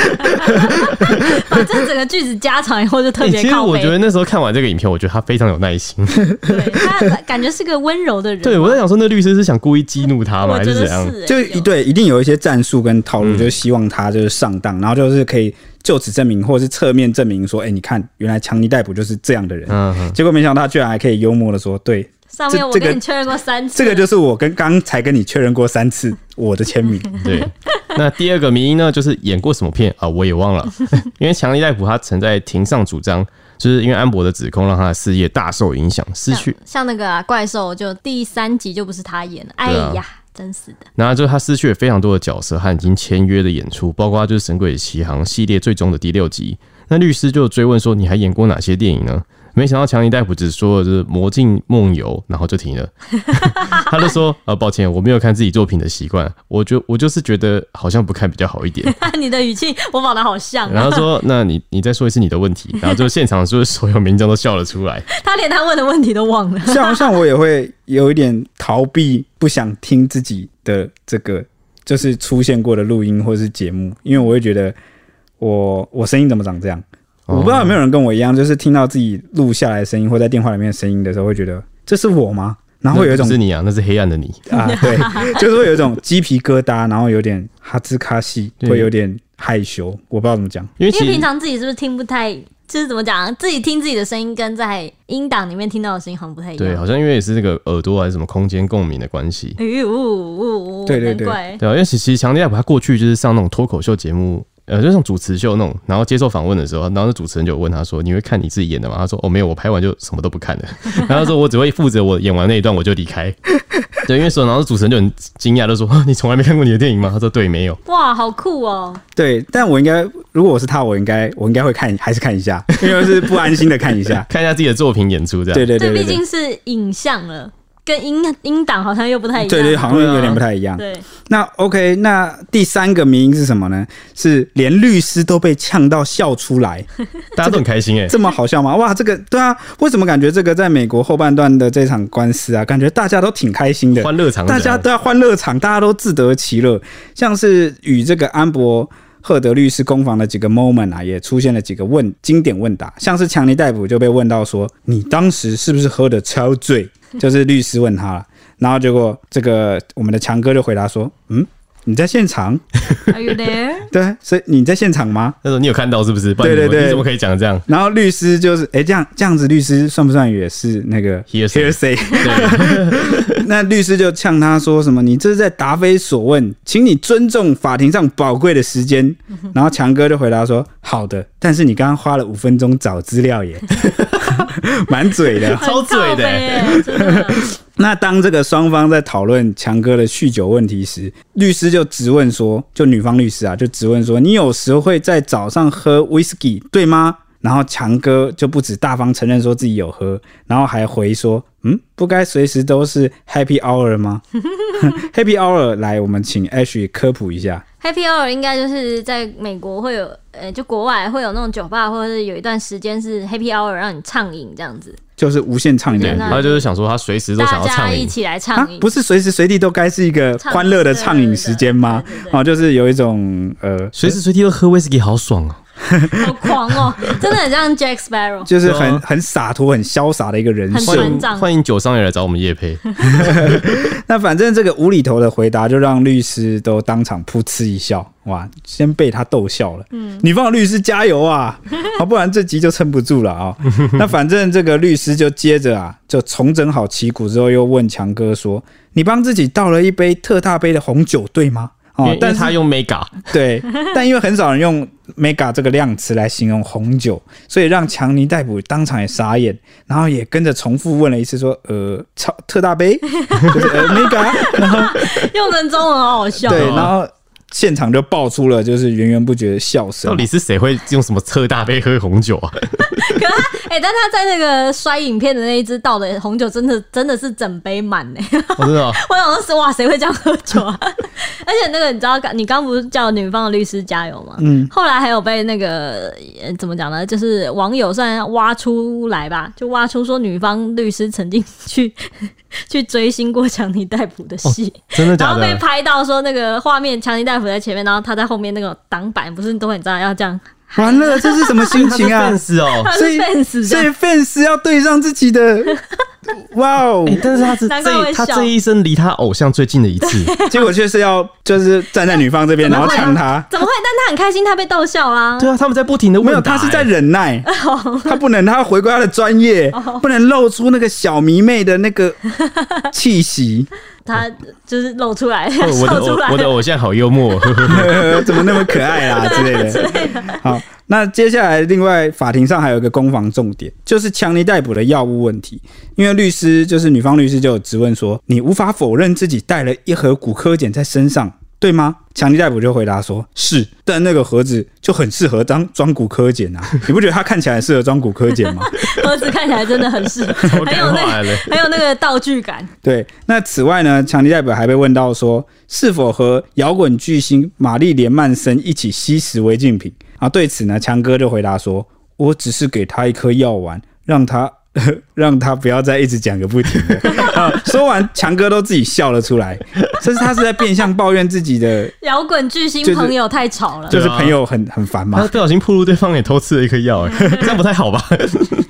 [SPEAKER 2] 啊正整个句子加长以后就特
[SPEAKER 1] 欸
[SPEAKER 2] 别
[SPEAKER 1] 其实
[SPEAKER 2] 靠
[SPEAKER 1] 我
[SPEAKER 2] 背
[SPEAKER 1] 觉，得那时候看完这个影片，我觉得他非常有耐心。
[SPEAKER 2] 对他感觉是个温柔的人，
[SPEAKER 1] 对我在想说，那律师是想故意激怒他吗？
[SPEAKER 2] 我
[SPEAKER 1] 还
[SPEAKER 2] 觉
[SPEAKER 1] 是
[SPEAKER 2] 得
[SPEAKER 1] 怎样？
[SPEAKER 2] 是，
[SPEAKER 3] 就
[SPEAKER 2] 欸
[SPEAKER 3] 一，对一定有一些战术跟套路，
[SPEAKER 1] 嗯
[SPEAKER 3] 就是希望他就是上当，然后就是可以就此证明或者是侧面证明说，哎、你看原来强尼逮捕就是这样的人。
[SPEAKER 1] 嗯，嗯
[SPEAKER 3] 结果没想到他居然还可以幽默的说，对，
[SPEAKER 2] 上面
[SPEAKER 3] 这
[SPEAKER 2] 我
[SPEAKER 3] 这个
[SPEAKER 2] 跟你确认过三次，
[SPEAKER 3] 这个就是我跟刚才跟你确认过三次我的签名。
[SPEAKER 1] 对。那第二个迷因呢，就是演过什么片啊？我也忘了， 因为强尼戴普他曾在庭上主张，就是因为安博的指控让他的事业大受影响，失
[SPEAKER 2] 像
[SPEAKER 1] 去，
[SPEAKER 2] 像那个啊怪兽，就第三集就不是他演的，哎
[SPEAKER 1] 对啊
[SPEAKER 2] 呀，真是的，
[SPEAKER 1] 然后就他失去了非常多的角色和已经签约的演出，包括就是《神鬼奇航》系列最终的第六集。那律师就追问说：“你还演过哪些电影呢？”没想到强尼戴普只说了就是《魔镜梦游》，然后就停了。 他就说：“呃，抱歉，我没有看自己作品的习惯，我就我就是觉得好像不看比较好一点。
[SPEAKER 2] 你的语气模仿的好”像
[SPEAKER 1] 然
[SPEAKER 2] 啊，
[SPEAKER 1] 后说：“那你你再说一次你的问题。”然后就现场就是所有民众都笑了出来。
[SPEAKER 2] 他连他问的问题都忘 了。
[SPEAKER 3] 像像我也会有一点逃避，不想听自己的这个就是出现过的录音或是节目，因为我会觉得我我声音怎么长这样？ 我不知道有
[SPEAKER 1] 哦
[SPEAKER 3] 没有人跟我一样，就是听到自己录下来的声音或在电话里面的声音的时候，会觉得这是我吗？然后会有一种
[SPEAKER 1] 那不是你啊，那是黑暗的你。
[SPEAKER 3] 啊， 对，就是会有一种鸡皮疙瘩，然后有点哈兹卡西，
[SPEAKER 1] 对
[SPEAKER 3] 会有点害羞，我不知道怎么讲。
[SPEAKER 1] 因为
[SPEAKER 2] 因为
[SPEAKER 1] 其
[SPEAKER 2] 平
[SPEAKER 1] 实
[SPEAKER 2] 常自己是不是听不太，就是怎么讲啊，自己听自己的声音跟在音档里面听到的声音好像不太一样。
[SPEAKER 1] 对，好像因为也是那个耳朵还是什么空间共鸣的关系。
[SPEAKER 2] 哎呦，呜呜呜，
[SPEAKER 3] 对对
[SPEAKER 2] 难
[SPEAKER 3] 对
[SPEAKER 2] 怪
[SPEAKER 1] 对啊，因为其其实强尼戴普他过去就是上那种脱口秀节目，呃，就像主持秀那种，然后接受访问的时候，然后那主持人就有问他说：“你会看你自己演的吗？”他说：“哦，没有，我拍完就什么都不看了。”然后他说：“我只会负责我演完那一段，我就离开。”对，因为说，然后主持人就很惊讶，就说啊：“你从来没看过你的电影吗？”他说：“对，没有。。
[SPEAKER 2] 哇，好酷哦！
[SPEAKER 3] 对，但我应该，如果我是他，我应该，我应该会看，还是看一下，因为是不安心的看一下
[SPEAKER 1] 看一下自己的作品演出这样。”
[SPEAKER 3] 对对
[SPEAKER 2] 这
[SPEAKER 3] 对对
[SPEAKER 2] 毕
[SPEAKER 3] 对
[SPEAKER 2] 竟是影像了，跟音音档好像又不太一样。
[SPEAKER 3] 对对，好像有点不太一样。
[SPEAKER 2] 对
[SPEAKER 3] 那 OK，那第三个迷因是什么呢？是连律师都被呛到笑出 来，
[SPEAKER 1] 大家都很开心哎、
[SPEAKER 3] 这么好笑吗？哇，这个对啊，为什么感觉这个在美国后半段的这场官司啊，感觉大家都挺开心的，
[SPEAKER 1] 欢乐场啊
[SPEAKER 3] 大家都要欢乐场，大家都自得其乐。像是与这个安博赫德律师攻防的几个 moment 啊，也出现了几个问经典问答，像是强尼逮捕就被问到说：“你当时是不是喝的超醉？”就是律师问他了。然后结果这个我们的强哥就回答说，嗯。你在现场？
[SPEAKER 2] Are you there？
[SPEAKER 3] 对，啊所以你在现场吗？
[SPEAKER 1] 那时候你有看到是不是？不然你
[SPEAKER 3] 对对对
[SPEAKER 1] 你怎么可以讲 这样？
[SPEAKER 3] 然后律师就是，哎、这样这样子，律师算不算也是那个
[SPEAKER 1] Hearsay
[SPEAKER 3] hearsay？
[SPEAKER 1] 对，
[SPEAKER 3] 那律师就呛他说什么：“你这是在答非所问，请你尊重法庭上宝贵的时间。”然后强哥就回答说：“好的，但是你刚刚花了五分钟找资料耶， 蛮嘴的。
[SPEAKER 1] 超嘴的
[SPEAKER 2] 很靠北欸真的。”
[SPEAKER 3] 那当这个双方在讨论强哥的酗酒问题时，律师就质问说：“就女方律师啊，就质问说，你有时候会在早上喝 whisky 对吗？”然后强哥就不止大方承认说自己有喝，然后还回说：“嗯，不该随时都是 happy hour 吗？” Happy Hour，来，我们请 Ash 科普一下。
[SPEAKER 2] Happy Hour 应该就是在美国会有，呃，就国外会有那种酒吧，或者是有一段时间是 Happy Hour 让你畅饮这样子，
[SPEAKER 3] 就是无限畅饮
[SPEAKER 1] 对，啊
[SPEAKER 2] 对那
[SPEAKER 1] 他就是想说他随时都想
[SPEAKER 2] 大
[SPEAKER 1] 要
[SPEAKER 2] 家
[SPEAKER 1] 畅
[SPEAKER 2] 一
[SPEAKER 1] 饮，
[SPEAKER 2] 起来
[SPEAKER 3] 啊
[SPEAKER 2] 畅饮、，
[SPEAKER 3] 不是随时随地都该是一个
[SPEAKER 2] 畅饮
[SPEAKER 3] 欢乐的畅饮时间吗
[SPEAKER 2] 对对对？对
[SPEAKER 3] 哦，就是有一种呃，
[SPEAKER 1] 随时随地都喝威士忌，好爽哦！
[SPEAKER 2] 好狂 哦，真的很像 Jack Sparrow。
[SPEAKER 3] 就是
[SPEAKER 1] 对
[SPEAKER 3] 很
[SPEAKER 1] 啊
[SPEAKER 3] 很洒脱、很潇洒的一个人
[SPEAKER 1] 欢
[SPEAKER 2] 很
[SPEAKER 3] 设
[SPEAKER 2] 传。
[SPEAKER 1] 迎哦
[SPEAKER 2] 长
[SPEAKER 1] 欢迎酒商也来找我们叶配，
[SPEAKER 3] 那反正这个无厘头的回答，就让律师都当场噗嗤一笑。哇，先被他逗笑了。嗯，女方的律师加 油啊！啊，不然这集就撑不住了啊、那反正这个律师就接着啊，就重整好旗鼓之后，又问强哥说：“你帮自己倒了一杯特大杯的红酒，对吗？”
[SPEAKER 1] 因
[SPEAKER 3] 哦
[SPEAKER 1] 为，
[SPEAKER 3] 但是
[SPEAKER 1] 他用 mega，
[SPEAKER 3] 对，但因为很少人用 “mega” 这个量词来形容红酒，所以让强尼逮捕当场也傻眼，然后也跟着重复问了一次说：“呃，超特大杯， 就是呃 mega。”然后
[SPEAKER 2] 用成中文好好笑，
[SPEAKER 3] 对，然后现场就爆出了就是源源不绝的笑声。
[SPEAKER 1] 到底是谁会用什么特大杯喝红 酒啊？
[SPEAKER 2] 哎、但他在那个摔影片的那一只倒的红酒，真的真的是整杯满呢、
[SPEAKER 1] 我真的哦
[SPEAKER 2] 我想说，哇，谁会这样喝酒啊？ 而且那个你知道，你刚不是叫女方的律师加油吗？
[SPEAKER 3] 嗯，
[SPEAKER 2] 后来还有被那个、呃、怎么讲呢？就是网友算挖出来吧，就挖出说女方律师曾经去 去追星过强尼戴普的戏。
[SPEAKER 1] 哦真的
[SPEAKER 2] 然
[SPEAKER 1] 假
[SPEAKER 2] 后被
[SPEAKER 1] 的？
[SPEAKER 2] 拍到说那个画面，强尼戴普在前面，然后他在后面那个挡板，不是都很知道要这样，
[SPEAKER 3] 完了，这是什么 心情啊
[SPEAKER 1] 他？是 fans 哦，
[SPEAKER 2] 他是
[SPEAKER 3] 所以
[SPEAKER 2] fans 这
[SPEAKER 3] 所以
[SPEAKER 2] 样，
[SPEAKER 3] fans 要对上自己的， 哇哦！
[SPEAKER 1] 哎但是他是
[SPEAKER 2] 难怪我
[SPEAKER 1] 这
[SPEAKER 2] 会
[SPEAKER 1] 他
[SPEAKER 2] 笑
[SPEAKER 1] 这一生离他偶像最近的一次，
[SPEAKER 3] 结果却是要就是站在女方这边，然后
[SPEAKER 2] 怎么会啊
[SPEAKER 3] 抢他。
[SPEAKER 2] 怎么会？但他很开心，他被逗笑啦、
[SPEAKER 1] 对啊，他们在不停的
[SPEAKER 3] 没
[SPEAKER 1] 问
[SPEAKER 3] 有，
[SPEAKER 1] 答
[SPEAKER 3] 他是在
[SPEAKER 1] 哎
[SPEAKER 3] 忍 耐，他不能，他要回归他的专业，不能露出那个小迷妹的那 个气息。
[SPEAKER 2] 他就是露出来，
[SPEAKER 1] 哦我
[SPEAKER 2] 笑
[SPEAKER 1] 的
[SPEAKER 2] 出来
[SPEAKER 1] 偶我的偶像好幽默哦，呵呵
[SPEAKER 3] 呃怎么那么可爱 啦啊之类的。好，那接下来另外法庭上还有一个攻防重点，就是强尼逮捕的药物问题。因为律师就是女方律师就有质问说，你无法否认自己带了一盒骨科碱在身上，对吗？强尼逮捕就回答说：“是，但那个盒子就很适合当装骨科碱啊！ 你不觉得它看起来很适合装骨科碱吗？”
[SPEAKER 2] 盒子看起来真的 很适合，
[SPEAKER 1] 超
[SPEAKER 2] 很
[SPEAKER 1] 感
[SPEAKER 2] 有
[SPEAKER 1] 化
[SPEAKER 2] 那
[SPEAKER 1] 了。
[SPEAKER 2] 很有那个道具感。
[SPEAKER 3] 对，那此外呢，强尼戴普还被问到说，是否和摇滚巨星玛丽莲曼森一起吸食违禁品啊？对此呢，强哥就回答说，我只是给他一颗药丸，让他。 让他不要再一直讲个不停的、 啊说完，强哥都自己笑了出来， 这是他是在变相抱怨自己的，
[SPEAKER 2] 摇滚巨星
[SPEAKER 3] 就是
[SPEAKER 2] 朋友太吵了，
[SPEAKER 3] 就是朋友很很烦嘛
[SPEAKER 1] 他。不小心暴露对方也偷吃了一颗药， 哎，这样不太好吧？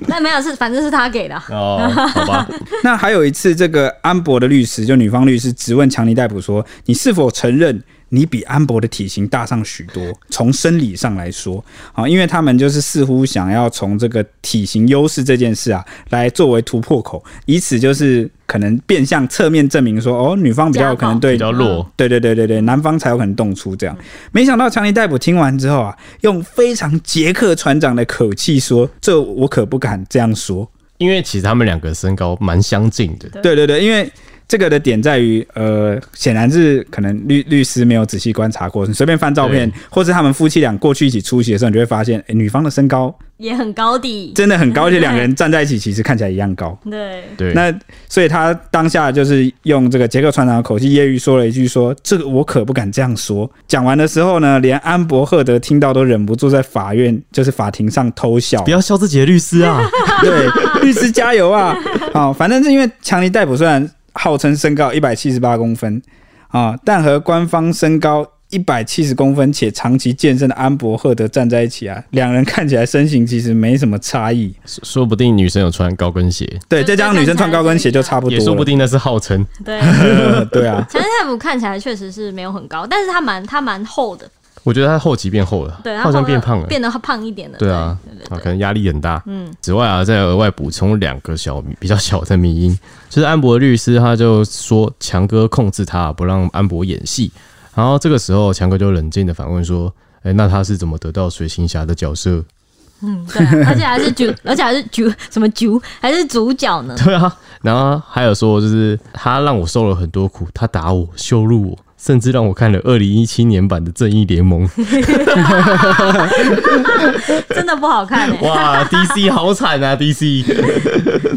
[SPEAKER 2] 但没有是，反正是他给的啊。
[SPEAKER 1] 哦，好吧，
[SPEAKER 3] 那还有一次，这个安博的律师，就女方律师质问强尼戴普说：“你是否承认你比安博的体型大上许多？从生理上来说，啊，因为他们就是似乎想要从这个体型优势这件事啊，来作为突破口，以此就是可能变相侧面证明说，哦，女方比较有可能对
[SPEAKER 1] 比较弱，
[SPEAKER 3] 对对对对对，男方才有可能动粗这样。没想到强尼逮捕听完之后啊，用非常杰克船长的口气说：“这我可不敢这样说。”
[SPEAKER 1] 因为其实他们两个身高蛮相近的，
[SPEAKER 3] 对对对，因为这个的点在于，呃，显然是可能律律师没有仔细观察过，你随便翻照片，或是他们夫妻俩过去一起出席的时候，你就会发现，诶女方的身高
[SPEAKER 2] 也很高底。
[SPEAKER 3] 真的很高，而且两个人站在一起其实看起来一样高。
[SPEAKER 2] 对，
[SPEAKER 1] 对，
[SPEAKER 3] 那所以他当下就是用这个杰克船长的口气揶揄说了一句说：“这个我可不敢这样说。”讲完的时候呢，连安伯赫德听到都忍不住在法院就是法庭上偷笑
[SPEAKER 1] 不。要笑自己的律师啊，
[SPEAKER 3] 对，律师加油啊！好、反正是因为强尼逮捕虽然号称身高一百七十八公分啊、但和官方身高一百七十公分且长期健身的安博赫德站在一起啊，两人看起来身形其实没什么差异。
[SPEAKER 1] 说 说不定女生有穿高跟鞋，
[SPEAKER 3] 对，
[SPEAKER 2] 就
[SPEAKER 3] 再
[SPEAKER 2] 是
[SPEAKER 3] 加上女生穿高跟鞋就差不多
[SPEAKER 1] 也
[SPEAKER 3] 了。
[SPEAKER 1] 说不定那是号称。
[SPEAKER 2] 对，
[SPEAKER 3] 呃 对啊，
[SPEAKER 2] 强健太普看起来确实是没有很高，但是他蛮他蛮厚的，
[SPEAKER 1] 我觉得他后期变厚了，
[SPEAKER 2] 对，他
[SPEAKER 1] 好像
[SPEAKER 2] 后
[SPEAKER 1] 变胖了，
[SPEAKER 2] 变得胖一点的，
[SPEAKER 1] 对啊
[SPEAKER 2] 对对
[SPEAKER 1] 啊，可能压力很大。嗯，此外啊，再额外补充两个小 比较小的迷因，就是安博律师他就说强哥控制他，不让安博演戏。然后这个时候，强哥就冷静的反问说：“哎、那他是怎么得到水行侠的角色
[SPEAKER 2] 对啊，而且还 是主，而且还是主什么主，还是主角呢？”？
[SPEAKER 1] 对啊，然后还有说，就是他让我受了很多苦，他打我，羞辱我。甚至让我看了二零一七年版的《正义联 盟》，
[SPEAKER 2] 真的不好看哎、
[SPEAKER 1] 哇，DC 好惨啊！DC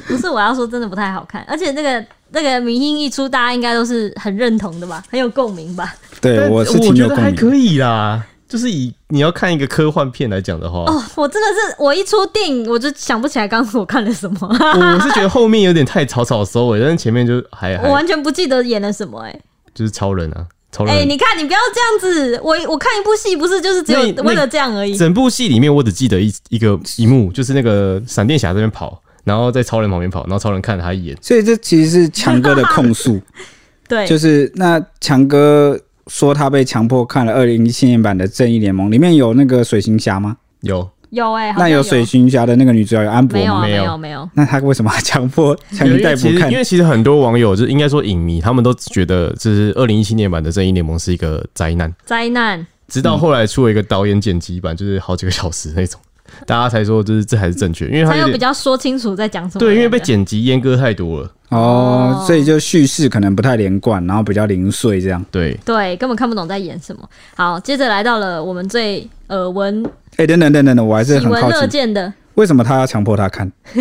[SPEAKER 2] 不是我要说，真的不太好看。而且那个那个明星一出，大家应该都是很认同的吧，很有共鸣吧？
[SPEAKER 3] 对
[SPEAKER 1] 但
[SPEAKER 3] 我是挺
[SPEAKER 1] 觉
[SPEAKER 3] 有
[SPEAKER 1] 得
[SPEAKER 3] 共
[SPEAKER 1] 还
[SPEAKER 3] 鸣的。
[SPEAKER 1] 可以啦。就是以你要看一个科幻片来讲的话，
[SPEAKER 2] 哦，我真的是我一出电影，我就想不起来刚刚我看了什么，
[SPEAKER 1] 我是觉得后面有点太草草收尾，欸但是前面就还
[SPEAKER 2] 我
[SPEAKER 1] 还
[SPEAKER 2] 完全不记得演了什么哎、
[SPEAKER 1] 就是超人啊，超
[SPEAKER 2] 哎、
[SPEAKER 1] 人。
[SPEAKER 2] 你看，你不要这样子。我我看一部戏，不是就是只有
[SPEAKER 1] 那那
[SPEAKER 2] 为了这样而已。
[SPEAKER 1] 整部戏里面，我只记得一一个一幕，就是那个闪电侠这边跑，然后在超人旁边跑，然后超人看了他一眼，
[SPEAKER 3] 所以这其实是强哥的控诉，
[SPEAKER 2] 对，
[SPEAKER 3] 就是那强哥说他被强迫看了二零一七年版的《正义联盟》，里面有那个水行侠吗？
[SPEAKER 1] 有
[SPEAKER 2] 有哎、好像
[SPEAKER 3] 那有水行侠的那个女主角有安博
[SPEAKER 2] 没有
[SPEAKER 3] 吗？
[SPEAKER 2] 啊？
[SPEAKER 1] 没
[SPEAKER 2] 没
[SPEAKER 1] 有
[SPEAKER 2] 有没有。
[SPEAKER 3] 那他为什么还强 迫强
[SPEAKER 1] 因
[SPEAKER 3] 尼
[SPEAKER 1] 为
[SPEAKER 3] 戴普
[SPEAKER 1] 其实
[SPEAKER 3] 看
[SPEAKER 1] 因？为其实很多网友就是应该说影迷，他们都觉得这是二零一七年版的《正义联盟》是一个灾难，
[SPEAKER 2] 灾难，
[SPEAKER 1] 直
[SPEAKER 3] 嗯
[SPEAKER 1] 到后来出了一个导演剪辑版，就是好几个小时那种，大家才说就是这才是正确，因为他
[SPEAKER 2] 才
[SPEAKER 1] 有
[SPEAKER 2] 有
[SPEAKER 1] 点
[SPEAKER 2] 比较说清楚在讲什么。
[SPEAKER 1] 对，因为被剪辑阉割太多了，
[SPEAKER 3] 哦，所以就叙事可能不太连贯，然后比较零碎这样。
[SPEAKER 1] 对，
[SPEAKER 2] 对，根本看不懂在演什么。好，接着来到了我们最耳闻、
[SPEAKER 3] 哎、等等等等等，我还是
[SPEAKER 2] 喜
[SPEAKER 3] 很
[SPEAKER 2] 闻
[SPEAKER 3] 好
[SPEAKER 2] 乐
[SPEAKER 3] 奇，
[SPEAKER 2] 见的，
[SPEAKER 3] 为什么他要强迫他看？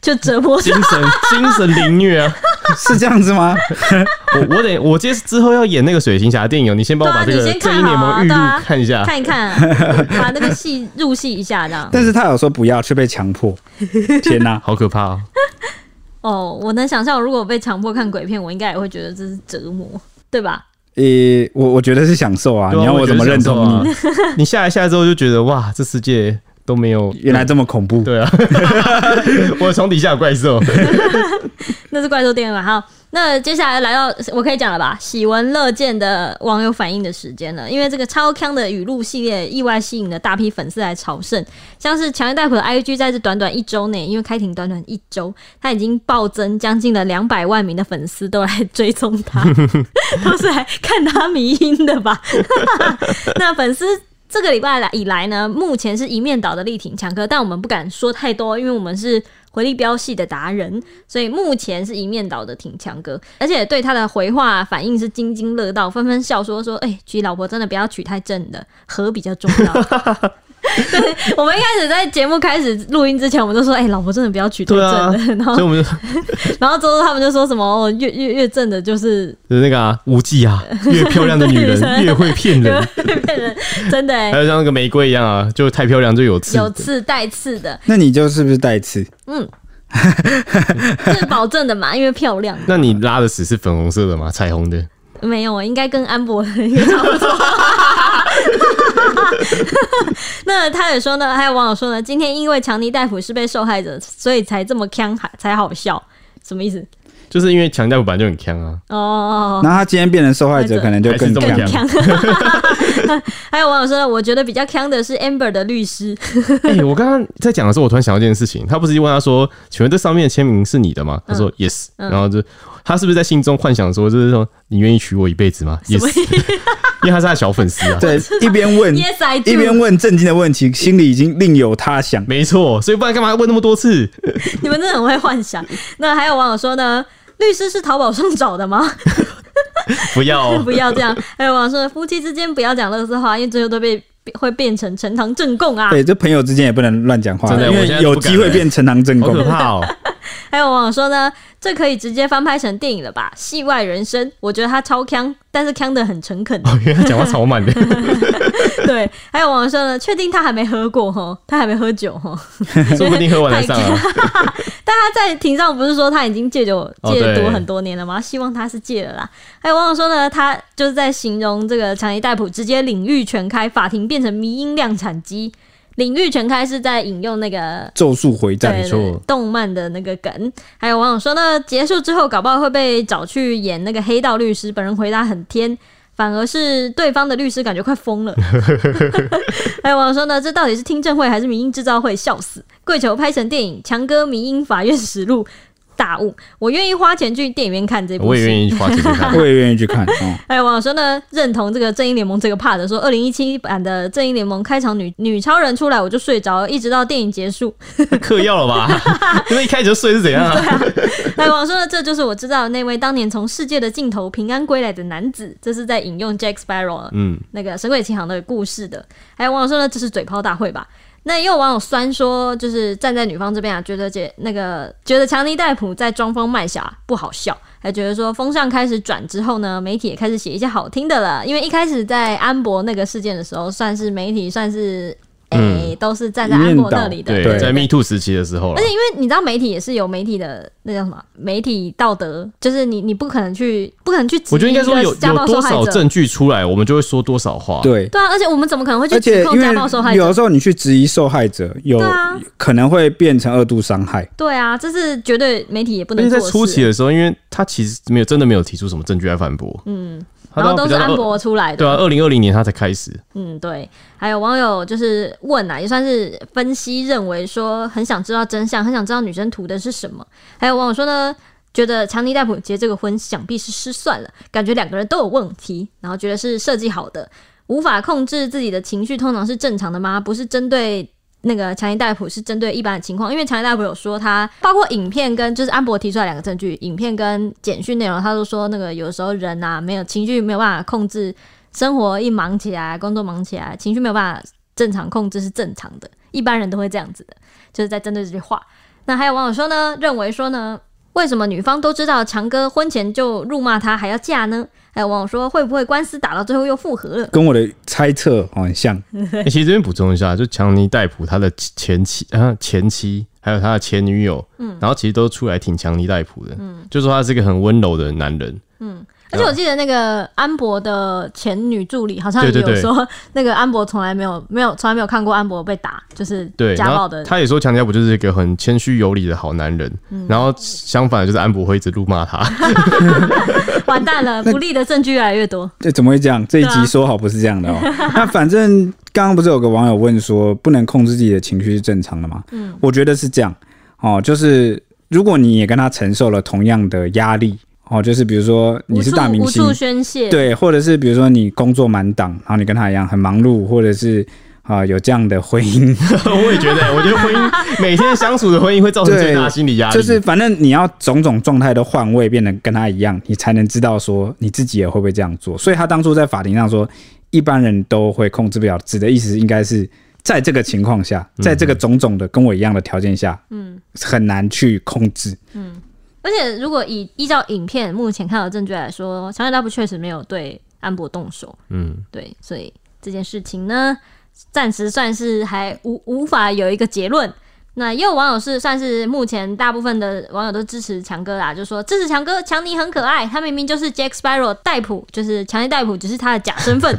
[SPEAKER 2] 就折 磨
[SPEAKER 1] 精神精神凌虐啊。
[SPEAKER 3] 是这样子 吗？
[SPEAKER 1] 我我得我接之后要演那个水行侠的电影哦，你先帮我把这
[SPEAKER 2] 对
[SPEAKER 1] 个
[SPEAKER 2] 啊你先看
[SPEAKER 1] 正义联盟预录
[SPEAKER 2] 好啊对啊
[SPEAKER 1] 看一下。
[SPEAKER 2] 看一看、啊把那个戏入戏一下这样。
[SPEAKER 3] 但是他有说不要，却被强迫。天哪、
[SPEAKER 1] 好可怕、哦！
[SPEAKER 2] 哦，我能想象，如果被强迫看鬼片，我应该也会觉得这是折磨，对吧？
[SPEAKER 3] 诶、我我觉得是享受啊，
[SPEAKER 1] 对啊
[SPEAKER 3] 你要
[SPEAKER 1] 我
[SPEAKER 3] 怎么认同你？
[SPEAKER 1] 你？啊 你下来下来之后就觉得哇，这世界都没 有
[SPEAKER 3] 原来这么恐怖，
[SPEAKER 1] 对啊，我床底下有怪兽。
[SPEAKER 2] 那是怪兽电影嘛？好，那接下来来到我可以讲了吧？喜闻乐见的网友反应的时间了，因为这个超康的语录系列意外吸引了大批粉丝来朝圣，像是强尼戴普的 IG 在这短短一周内，因为开庭短短一周，他已经暴增将近了两百万名的粉丝都来追踪他， 都是来看他迷音的吧？ 那粉丝。这个礼拜来以来呢，目前是一面倒的力挺强哥，但我们不敢说太多，因为我们是回力标系的达人，所以目前是一面倒的挺强哥，而且对他的回话反应是津津乐道，纷纷笑说说，哎、娶老婆真的不要娶太正的，和比较重要。 对，我们一开始在节目开始录音之前，我们就说，哎、老婆真的不要娶太
[SPEAKER 1] 对
[SPEAKER 2] 正
[SPEAKER 1] 啊
[SPEAKER 2] 的，然
[SPEAKER 1] 所以
[SPEAKER 2] 后
[SPEAKER 1] 我们就
[SPEAKER 2] 然后之后他们就说什么，哦、越越越正的 就是
[SPEAKER 1] 就是那个啊，无忌 啊，越漂亮的女人
[SPEAKER 2] 对
[SPEAKER 1] 越会骗人，
[SPEAKER 2] 越变人，真的、
[SPEAKER 1] 还
[SPEAKER 2] 欸、
[SPEAKER 1] 有像那个玫瑰一样啊，就太漂亮就有刺。
[SPEAKER 2] 有刺带刺的，
[SPEAKER 3] 那你就是不是带刺？
[SPEAKER 2] 这是保证的嘛，因为 漂亮。
[SPEAKER 1] 那你拉的屎是粉红色的吗？彩虹的？
[SPEAKER 2] 没有，应该跟安博也差不多。 那他也说呢，还有网友说呢，今天因为强尼戴普是被受害者，所以才这么呛，才好笑，什么意思？
[SPEAKER 1] 就是因为强调本来就很强啊，
[SPEAKER 2] 哦，
[SPEAKER 3] 然后他今天变成受害者，
[SPEAKER 2] 还是
[SPEAKER 3] 可能就更
[SPEAKER 1] 还是这么
[SPEAKER 3] 强
[SPEAKER 1] 强。
[SPEAKER 2] 呛。 还有网友说呢，我觉得比较呛的是 Amber 的律师，
[SPEAKER 1] 哎、我刚刚在讲的时候，我突然想到一件事情，他不是问他说：“请问这上面的签名是你的
[SPEAKER 2] 嗯
[SPEAKER 1] 吗？”他说、yes，然后就他是不是在心中幻想说，就是说你愿意娶我一辈子吗
[SPEAKER 2] 什么
[SPEAKER 1] ？yes，因为他是他的小粉丝啊，
[SPEAKER 3] 对，一边 问
[SPEAKER 2] Yes I
[SPEAKER 3] 一边
[SPEAKER 2] do。
[SPEAKER 3] 问震惊的问题，心里已经另有他想。
[SPEAKER 1] 没错，所以不然干嘛问那么多次？
[SPEAKER 2] 你们真的很会幻想。那还有网友说呢，律师是淘宝上找的吗？，
[SPEAKER 1] 不要、哦
[SPEAKER 2] 不要这样。还有网友说，夫妻之间不要讲乐色话，因为最后都被会变成呈堂证供啊。
[SPEAKER 3] 对，这朋友之间也不能乱讲话，
[SPEAKER 1] 真的
[SPEAKER 3] 因
[SPEAKER 1] 我
[SPEAKER 3] 为
[SPEAKER 1] 现在都
[SPEAKER 3] 有
[SPEAKER 1] 不敢
[SPEAKER 3] 机会变呈堂证
[SPEAKER 1] 好
[SPEAKER 3] 供
[SPEAKER 1] 可。怕哦！
[SPEAKER 2] 还有网友说呢，这可以直接翻拍成电影了吧？《戏外人生》，我觉得他超腔，但是腔的很诚恳。
[SPEAKER 1] 哦原来讲话超慢的，
[SPEAKER 2] 对，对，还有网友说呢，确定他还没喝过哈，他还没喝酒 哈，
[SPEAKER 1] 说不定喝完才上啊。
[SPEAKER 2] 但他在庭上不是说他已经戒酒
[SPEAKER 1] 哦
[SPEAKER 2] 戒毒
[SPEAKER 1] 对
[SPEAKER 2] 很多年了吗？希望他是戒了啦。还有网友说呢，他就是在形容这个强尼戴普直接领域全开，法庭变成迷因量产机。领域全开是在引用那个
[SPEAKER 3] 咒术回战
[SPEAKER 2] 对
[SPEAKER 1] 没错
[SPEAKER 2] 动漫的那个梗。还有网友说呢，结束之后搞不好会被找去演那个黑道律师。本人回答很天。反而是对方的律师感觉快疯 了，还有网友说呢，这到底是听证会还是民音制造会？笑死！跪求拍成电影《强哥民音法院实录》，大悟！我愿意花钱去电影院看这部
[SPEAKER 1] 我也
[SPEAKER 2] 戏。
[SPEAKER 1] 愿意花钱去看。
[SPEAKER 3] 我也愿意去 看。哦，
[SPEAKER 2] 还有网友说呢，认同这个《正义联盟》这个 part，说二零一七版的《正义联盟》开场女女超人出来我就睡着了，一直到电影结束。
[SPEAKER 1] 嗑药了吧？因为一开始就睡是怎样啊？
[SPEAKER 2] 还哎有网友说呢，这就是我知道的那位当年从世界的尽头平安归来的男子，这是在引用 Jack Sparrow
[SPEAKER 1] 嗯，
[SPEAKER 2] 那个《神鬼奇航》的故事的。还有网友说呢，这是嘴炮大会吧？那也有网友酸说，就是站在女方这边啊，觉得这那个觉得强尼戴普在装疯卖傻不好笑，还觉得说风向开始转之后呢，媒体也开始写一些好听的了。因为一开始在安博那个事件的时候，算是媒体算是诶、都是站在安博那里的，
[SPEAKER 1] 嗯对，在 Me Too 时期的时候了
[SPEAKER 2] 而且，因为你知道，媒体也是有媒体的那叫什么媒体道德，就是你你不可能去不可能去质疑
[SPEAKER 1] 我觉得应该说
[SPEAKER 2] 一个
[SPEAKER 1] 有
[SPEAKER 2] 家暴
[SPEAKER 1] 有
[SPEAKER 2] 受
[SPEAKER 1] 多
[SPEAKER 2] 害
[SPEAKER 1] 少
[SPEAKER 2] 者
[SPEAKER 1] 证据出来，我们就会说多少话。，
[SPEAKER 3] 对，
[SPEAKER 2] 对啊，而且我们怎么可能会去
[SPEAKER 3] 而且
[SPEAKER 2] 指控
[SPEAKER 3] 因
[SPEAKER 2] 家暴受害
[SPEAKER 3] 为
[SPEAKER 2] 者
[SPEAKER 3] 有的时候你去质疑受害者，有
[SPEAKER 2] 对啊
[SPEAKER 3] 可能会变成二度伤害。
[SPEAKER 2] 对啊，这是绝对媒体也不
[SPEAKER 1] 因
[SPEAKER 2] 能
[SPEAKER 1] 为在
[SPEAKER 2] 做的事。
[SPEAKER 1] 初期的时候，因为他其实没有真的没有提出什么证据来反驳，嗯，
[SPEAKER 2] 然后都是安博出来的。
[SPEAKER 1] 对啊，二零二零年他才开始，
[SPEAKER 2] 嗯，对。还有网友就是问啊，也算是分析，认为说很想知道真相，很想知道女生图的是什么。还有网友说呢，觉得强尼戴普结这个婚想必是失算了，感觉两个人都有问题，然后觉得是设计好的，无法控制自己的情绪，通常是正常的吗？不是针对。那个强尼戴普是针对一般的情况，因为强尼戴普有说他包括影片跟就是安博提出来两个证据，影片跟简讯内容，他都说那个有时候人啊没有情绪没有办法控制，生活一忙起来，工作忙起来，情绪没有办法正常控制是正常的，一般人都会这样子的，就是在针对这句话。那还有网友说呢，认为说呢，为什么女方都知道强哥婚前就辱骂她还要嫁呢？还有网友说，会不会官司打到最后又复合了？
[SPEAKER 3] 跟我的猜测哦很像，
[SPEAKER 1] 欸其实这边补充一下，就强尼戴普他的前妻啊前妻，还有他的前女友，嗯，然后其实都出来挺强尼戴普的，嗯，就说他是一个很温柔的男人，
[SPEAKER 2] 而且我记得那个安博的前女助理好像
[SPEAKER 1] 对对
[SPEAKER 2] 有
[SPEAKER 1] 对
[SPEAKER 2] 说，那个安博从来没有 没有从来没有看过安博被打，就是
[SPEAKER 1] 对，
[SPEAKER 2] 家
[SPEAKER 1] 然
[SPEAKER 2] 暴
[SPEAKER 1] 后
[SPEAKER 2] 的。
[SPEAKER 1] 他也说强尼戴普就是一个很谦虚有礼的好男人，
[SPEAKER 2] 嗯
[SPEAKER 1] 然后相反的就是安博会一直辱骂他，
[SPEAKER 2] 完蛋了，不利的证据越来越多。
[SPEAKER 3] 这怎么会这样？这一
[SPEAKER 2] 对啊
[SPEAKER 3] 集说好不是这样的 哦。那反正刚刚不是有个网友问说，不能控制自己的情绪是正常的吗？嗯，我觉得是这样哦，就是如果你也跟他承受了同样的压力哦，就是比如说你是大明
[SPEAKER 2] 无处
[SPEAKER 3] 星
[SPEAKER 2] 无，处宣泄，
[SPEAKER 3] 对，或者是比如说你工作满档，然后你跟他一样很忙碌，或者是啊、有这样的婚姻，
[SPEAKER 1] 我也觉得，我觉得婚姻每天相处的婚姻会造成最大的心理压力，
[SPEAKER 3] 就是反正你要种种状态都换位，变得跟他一样，你才能知道说你自己也会不会这样做。所以他当初在法庭上说，一般人都会控制不了，指的意思应该是在这个情况下，在这个种种的跟我一样的条件下，嗯，很难去控制。
[SPEAKER 2] 而且，如果以依照影片目前看到的证据来说，小野大夫确实没有对安博动手，
[SPEAKER 1] 嗯，
[SPEAKER 2] 对，所以这件事情呢，暂时算是还无无法有一个结论。那也有网友是算是目前大部分的网友都支持强哥啦，就说支持强哥，强尼很可爱，他明明就是 Jack Sparrow 戴普，就是强尼戴普，只是他的假 身份，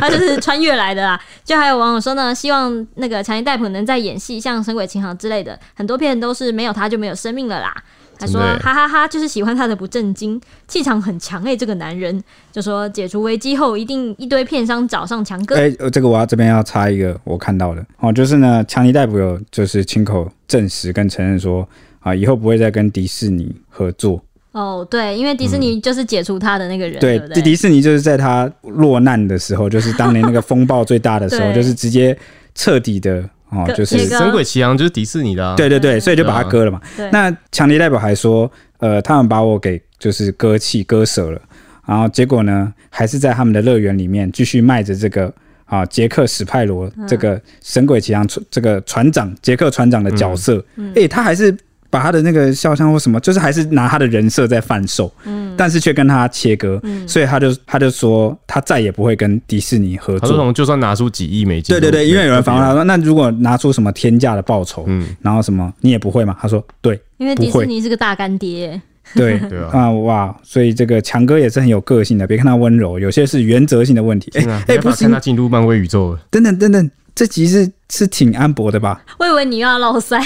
[SPEAKER 2] 他就是穿越来的啦。就还有网友说呢，希望那个强尼戴普能再演戏，像《神鬼情航》之类的，很多片都是没有他就没有生命了啦。他说
[SPEAKER 1] 真的耶
[SPEAKER 2] 哈哈哈，就是喜欢他的不正经，气场很强诶、欸这个男人就说解除危机后，一定一堆片商找上强哥。
[SPEAKER 3] 哎、呃这个我要这边要插一个我看到的哦，就是呢，强尼戴普有就是亲口证实跟承认说啊，以后不会再跟迪士尼合作。
[SPEAKER 2] 哦，对，因为迪士尼就是解除他的那个
[SPEAKER 3] 嗯
[SPEAKER 2] 人，
[SPEAKER 3] 对
[SPEAKER 2] 对，不
[SPEAKER 3] 迪迪士尼就是在他落难的时候，就是当年那个风暴最大的时候，
[SPEAKER 2] 对
[SPEAKER 3] 就是直接彻底的哦，
[SPEAKER 2] 割
[SPEAKER 3] 就是
[SPEAKER 2] 切割
[SPEAKER 1] 神鬼奇航就是迪士尼的、啊，
[SPEAKER 3] 对对对，所以就把它割了嘛。
[SPEAKER 2] 对
[SPEAKER 3] 那强尼代表还说，呃，他们把我给就是割弃割舍了，然后结果呢，还是在他们的乐园里面继续卖着这个。啊，杰克史派罗
[SPEAKER 2] 嗯
[SPEAKER 3] 这个神鬼奇航船这个船长，杰克船长的角
[SPEAKER 2] 嗯
[SPEAKER 3] 色，诶，他还是把他的那个肖像或什么，就是还是拿他的人设在贩售。嗯，但是却跟他切割，
[SPEAKER 2] 嗯
[SPEAKER 3] 所以他就他就说他再也不会跟迪士尼合
[SPEAKER 1] 他说什
[SPEAKER 3] 作。
[SPEAKER 1] 么就算拿出几亿美金，
[SPEAKER 3] 对对对，因为有人反问他
[SPEAKER 1] 了，
[SPEAKER 3] 说：“那如果拿出什么天价的报酬，
[SPEAKER 1] 嗯
[SPEAKER 3] 然后什么你也不会嘛？”他说：“ 对，
[SPEAKER 2] 因为迪士尼是个大干爹，
[SPEAKER 3] 对
[SPEAKER 1] 对啊
[SPEAKER 3] 哇！所以这个强哥也是很有个性的，别看他温柔，有些是原则性的问题。哎
[SPEAKER 1] 天啊没办
[SPEAKER 3] 哎、
[SPEAKER 1] 法
[SPEAKER 3] 不
[SPEAKER 1] 看
[SPEAKER 3] 行
[SPEAKER 1] 他，进入漫威宇宙了，
[SPEAKER 3] 等等等等，这集是是挺安博的吧？
[SPEAKER 2] 我以为你又要 落塞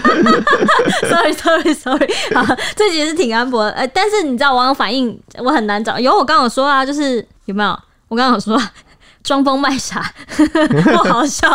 [SPEAKER 2] ，sorry sorry sorry，好，这集是挺安博的，呃，但是你知道网友反应我很难找，有我刚刚有说啊，就是有没有？我刚刚有说装疯卖 傻， 不好笑，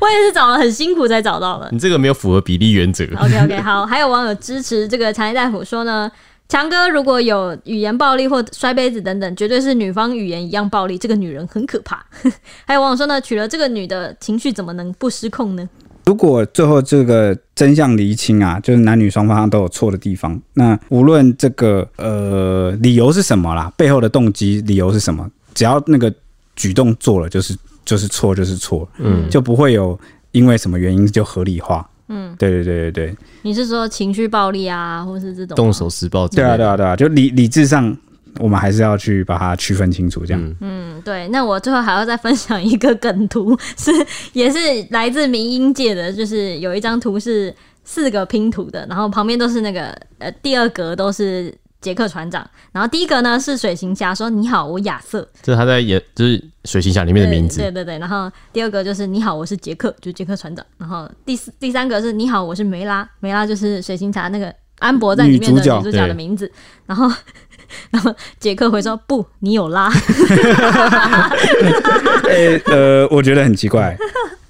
[SPEAKER 2] 我也是找了很辛苦才找到的。
[SPEAKER 1] 你这个没有符合比例原则，
[SPEAKER 2] OK OK，好，还有网友支持这个强尼大夫说呢，强哥如果有语言暴力或摔杯子等等，绝对是女方语言一样暴力，这个女人很可怕。 还有网友说呢，娶了这个女的情绪怎么能不失控呢？
[SPEAKER 3] 如果最后这个真相厘清啊，就是男女双方都有错的地方，那无论这个呃理由是什么啦，背后的动机理由是什么，只要那个举动做了，就是就是错，就是错，
[SPEAKER 1] 嗯，
[SPEAKER 3] 就不会有因为什么原因就合理化。嗯，对对对对对，
[SPEAKER 2] 你是说情绪暴力啊，或是这种
[SPEAKER 1] 动手施暴之类
[SPEAKER 3] 对啊，
[SPEAKER 1] 的，
[SPEAKER 3] 对啊，对啊，就理理智上，我们还是要去把它区分清楚，这样。
[SPEAKER 2] 嗯，对，那我最后还要再分享一个梗图， 是也是来自民音界的，就是有一张图是四个拼图的，然后旁边都是那个呃第二格都是杰克船长，然后第一格呢是水行侠说你好，我亚瑟，
[SPEAKER 1] 这是他在演，就是水行侠里面的名
[SPEAKER 2] 对
[SPEAKER 1] 字，
[SPEAKER 2] 对对，然后第二个就是你好，我是杰克，就是杰克船长，然后第四第三个是你好，我是梅拉，梅拉就是水行侠那个安博在里面的
[SPEAKER 3] 女
[SPEAKER 2] 女
[SPEAKER 3] 主角
[SPEAKER 2] 主角的
[SPEAKER 1] 对
[SPEAKER 2] 名字，然后 然后杰克回说不，你有拉。
[SPEAKER 3] 诶呃，我觉得很奇怪。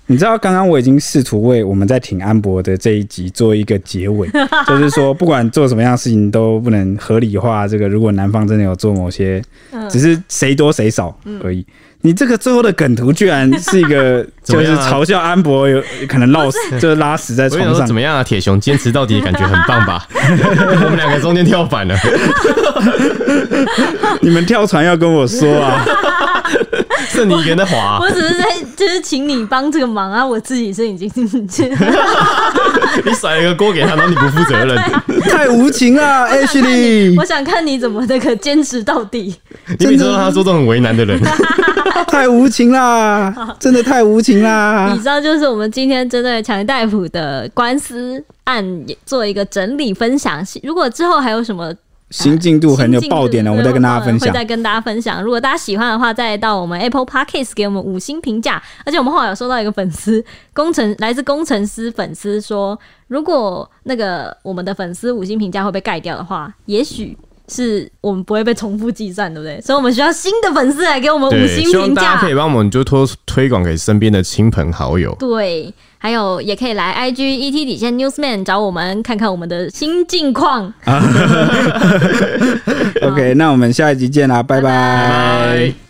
[SPEAKER 3] 你知道，刚刚我已经试图为我们在挺安博的这一集做一个结尾，就是说，不管做什么样的事情都不能合理化这个。如果男方真的有做某些，
[SPEAKER 2] 嗯
[SPEAKER 3] 只是谁多谁少而已。你这个最后的梗图居然是一个，
[SPEAKER 1] 怎
[SPEAKER 3] 就
[SPEAKER 1] 么样
[SPEAKER 3] 是
[SPEAKER 1] 啊
[SPEAKER 3] 嘲笑安博有可 能落死，就是拉死在
[SPEAKER 1] 我就想
[SPEAKER 3] 床
[SPEAKER 1] 说
[SPEAKER 3] 上
[SPEAKER 1] 怎。么样啊，铁熊坚持到底，感觉很棒 吧？我们两个中间跳板了，
[SPEAKER 3] 你们跳船要跟我说啊？
[SPEAKER 1] 剩你一个人在滑啊、
[SPEAKER 2] 我只是在，就是请你帮这个忙啊！我自己是已经
[SPEAKER 1] 你甩了个锅给他，然后你不负责任，
[SPEAKER 3] 太无情了
[SPEAKER 2] 我想看你
[SPEAKER 3] ，Ashley
[SPEAKER 2] 我。想看你怎么那个坚持到底。
[SPEAKER 1] 你每次都让他做这种为难的人，
[SPEAKER 3] 太无情啦，真的太无情啦
[SPEAKER 2] 以！上就是我们今天针对强尼大夫的官司案也做一个整理分享。如果之后还有什么
[SPEAKER 3] 新进度很有爆点了，我
[SPEAKER 2] 们
[SPEAKER 3] 再跟大家分享
[SPEAKER 2] 嗯会。再跟大家分享。如果大家喜欢的话，再到我们 Apple Podcast 给我们五星评价。而且我们后来有收到一个粉丝工程，来自工程师粉丝说，如果那个我们的粉丝五星评价会被盖掉的话，也许。是我们不会被重复计算，对不对？所以我们需要新的粉丝来给我们五
[SPEAKER 1] 对，
[SPEAKER 2] 星
[SPEAKER 1] 希望
[SPEAKER 2] 评
[SPEAKER 1] 大
[SPEAKER 2] 价
[SPEAKER 1] 家可。以帮我们就推推广给身边的亲朋好友。
[SPEAKER 2] 对，还有也可以来 IG ET 底线 Newsman 找我们看看我们的新近况。
[SPEAKER 3] OK，那我们下一集见啦，拜拜
[SPEAKER 1] 拜。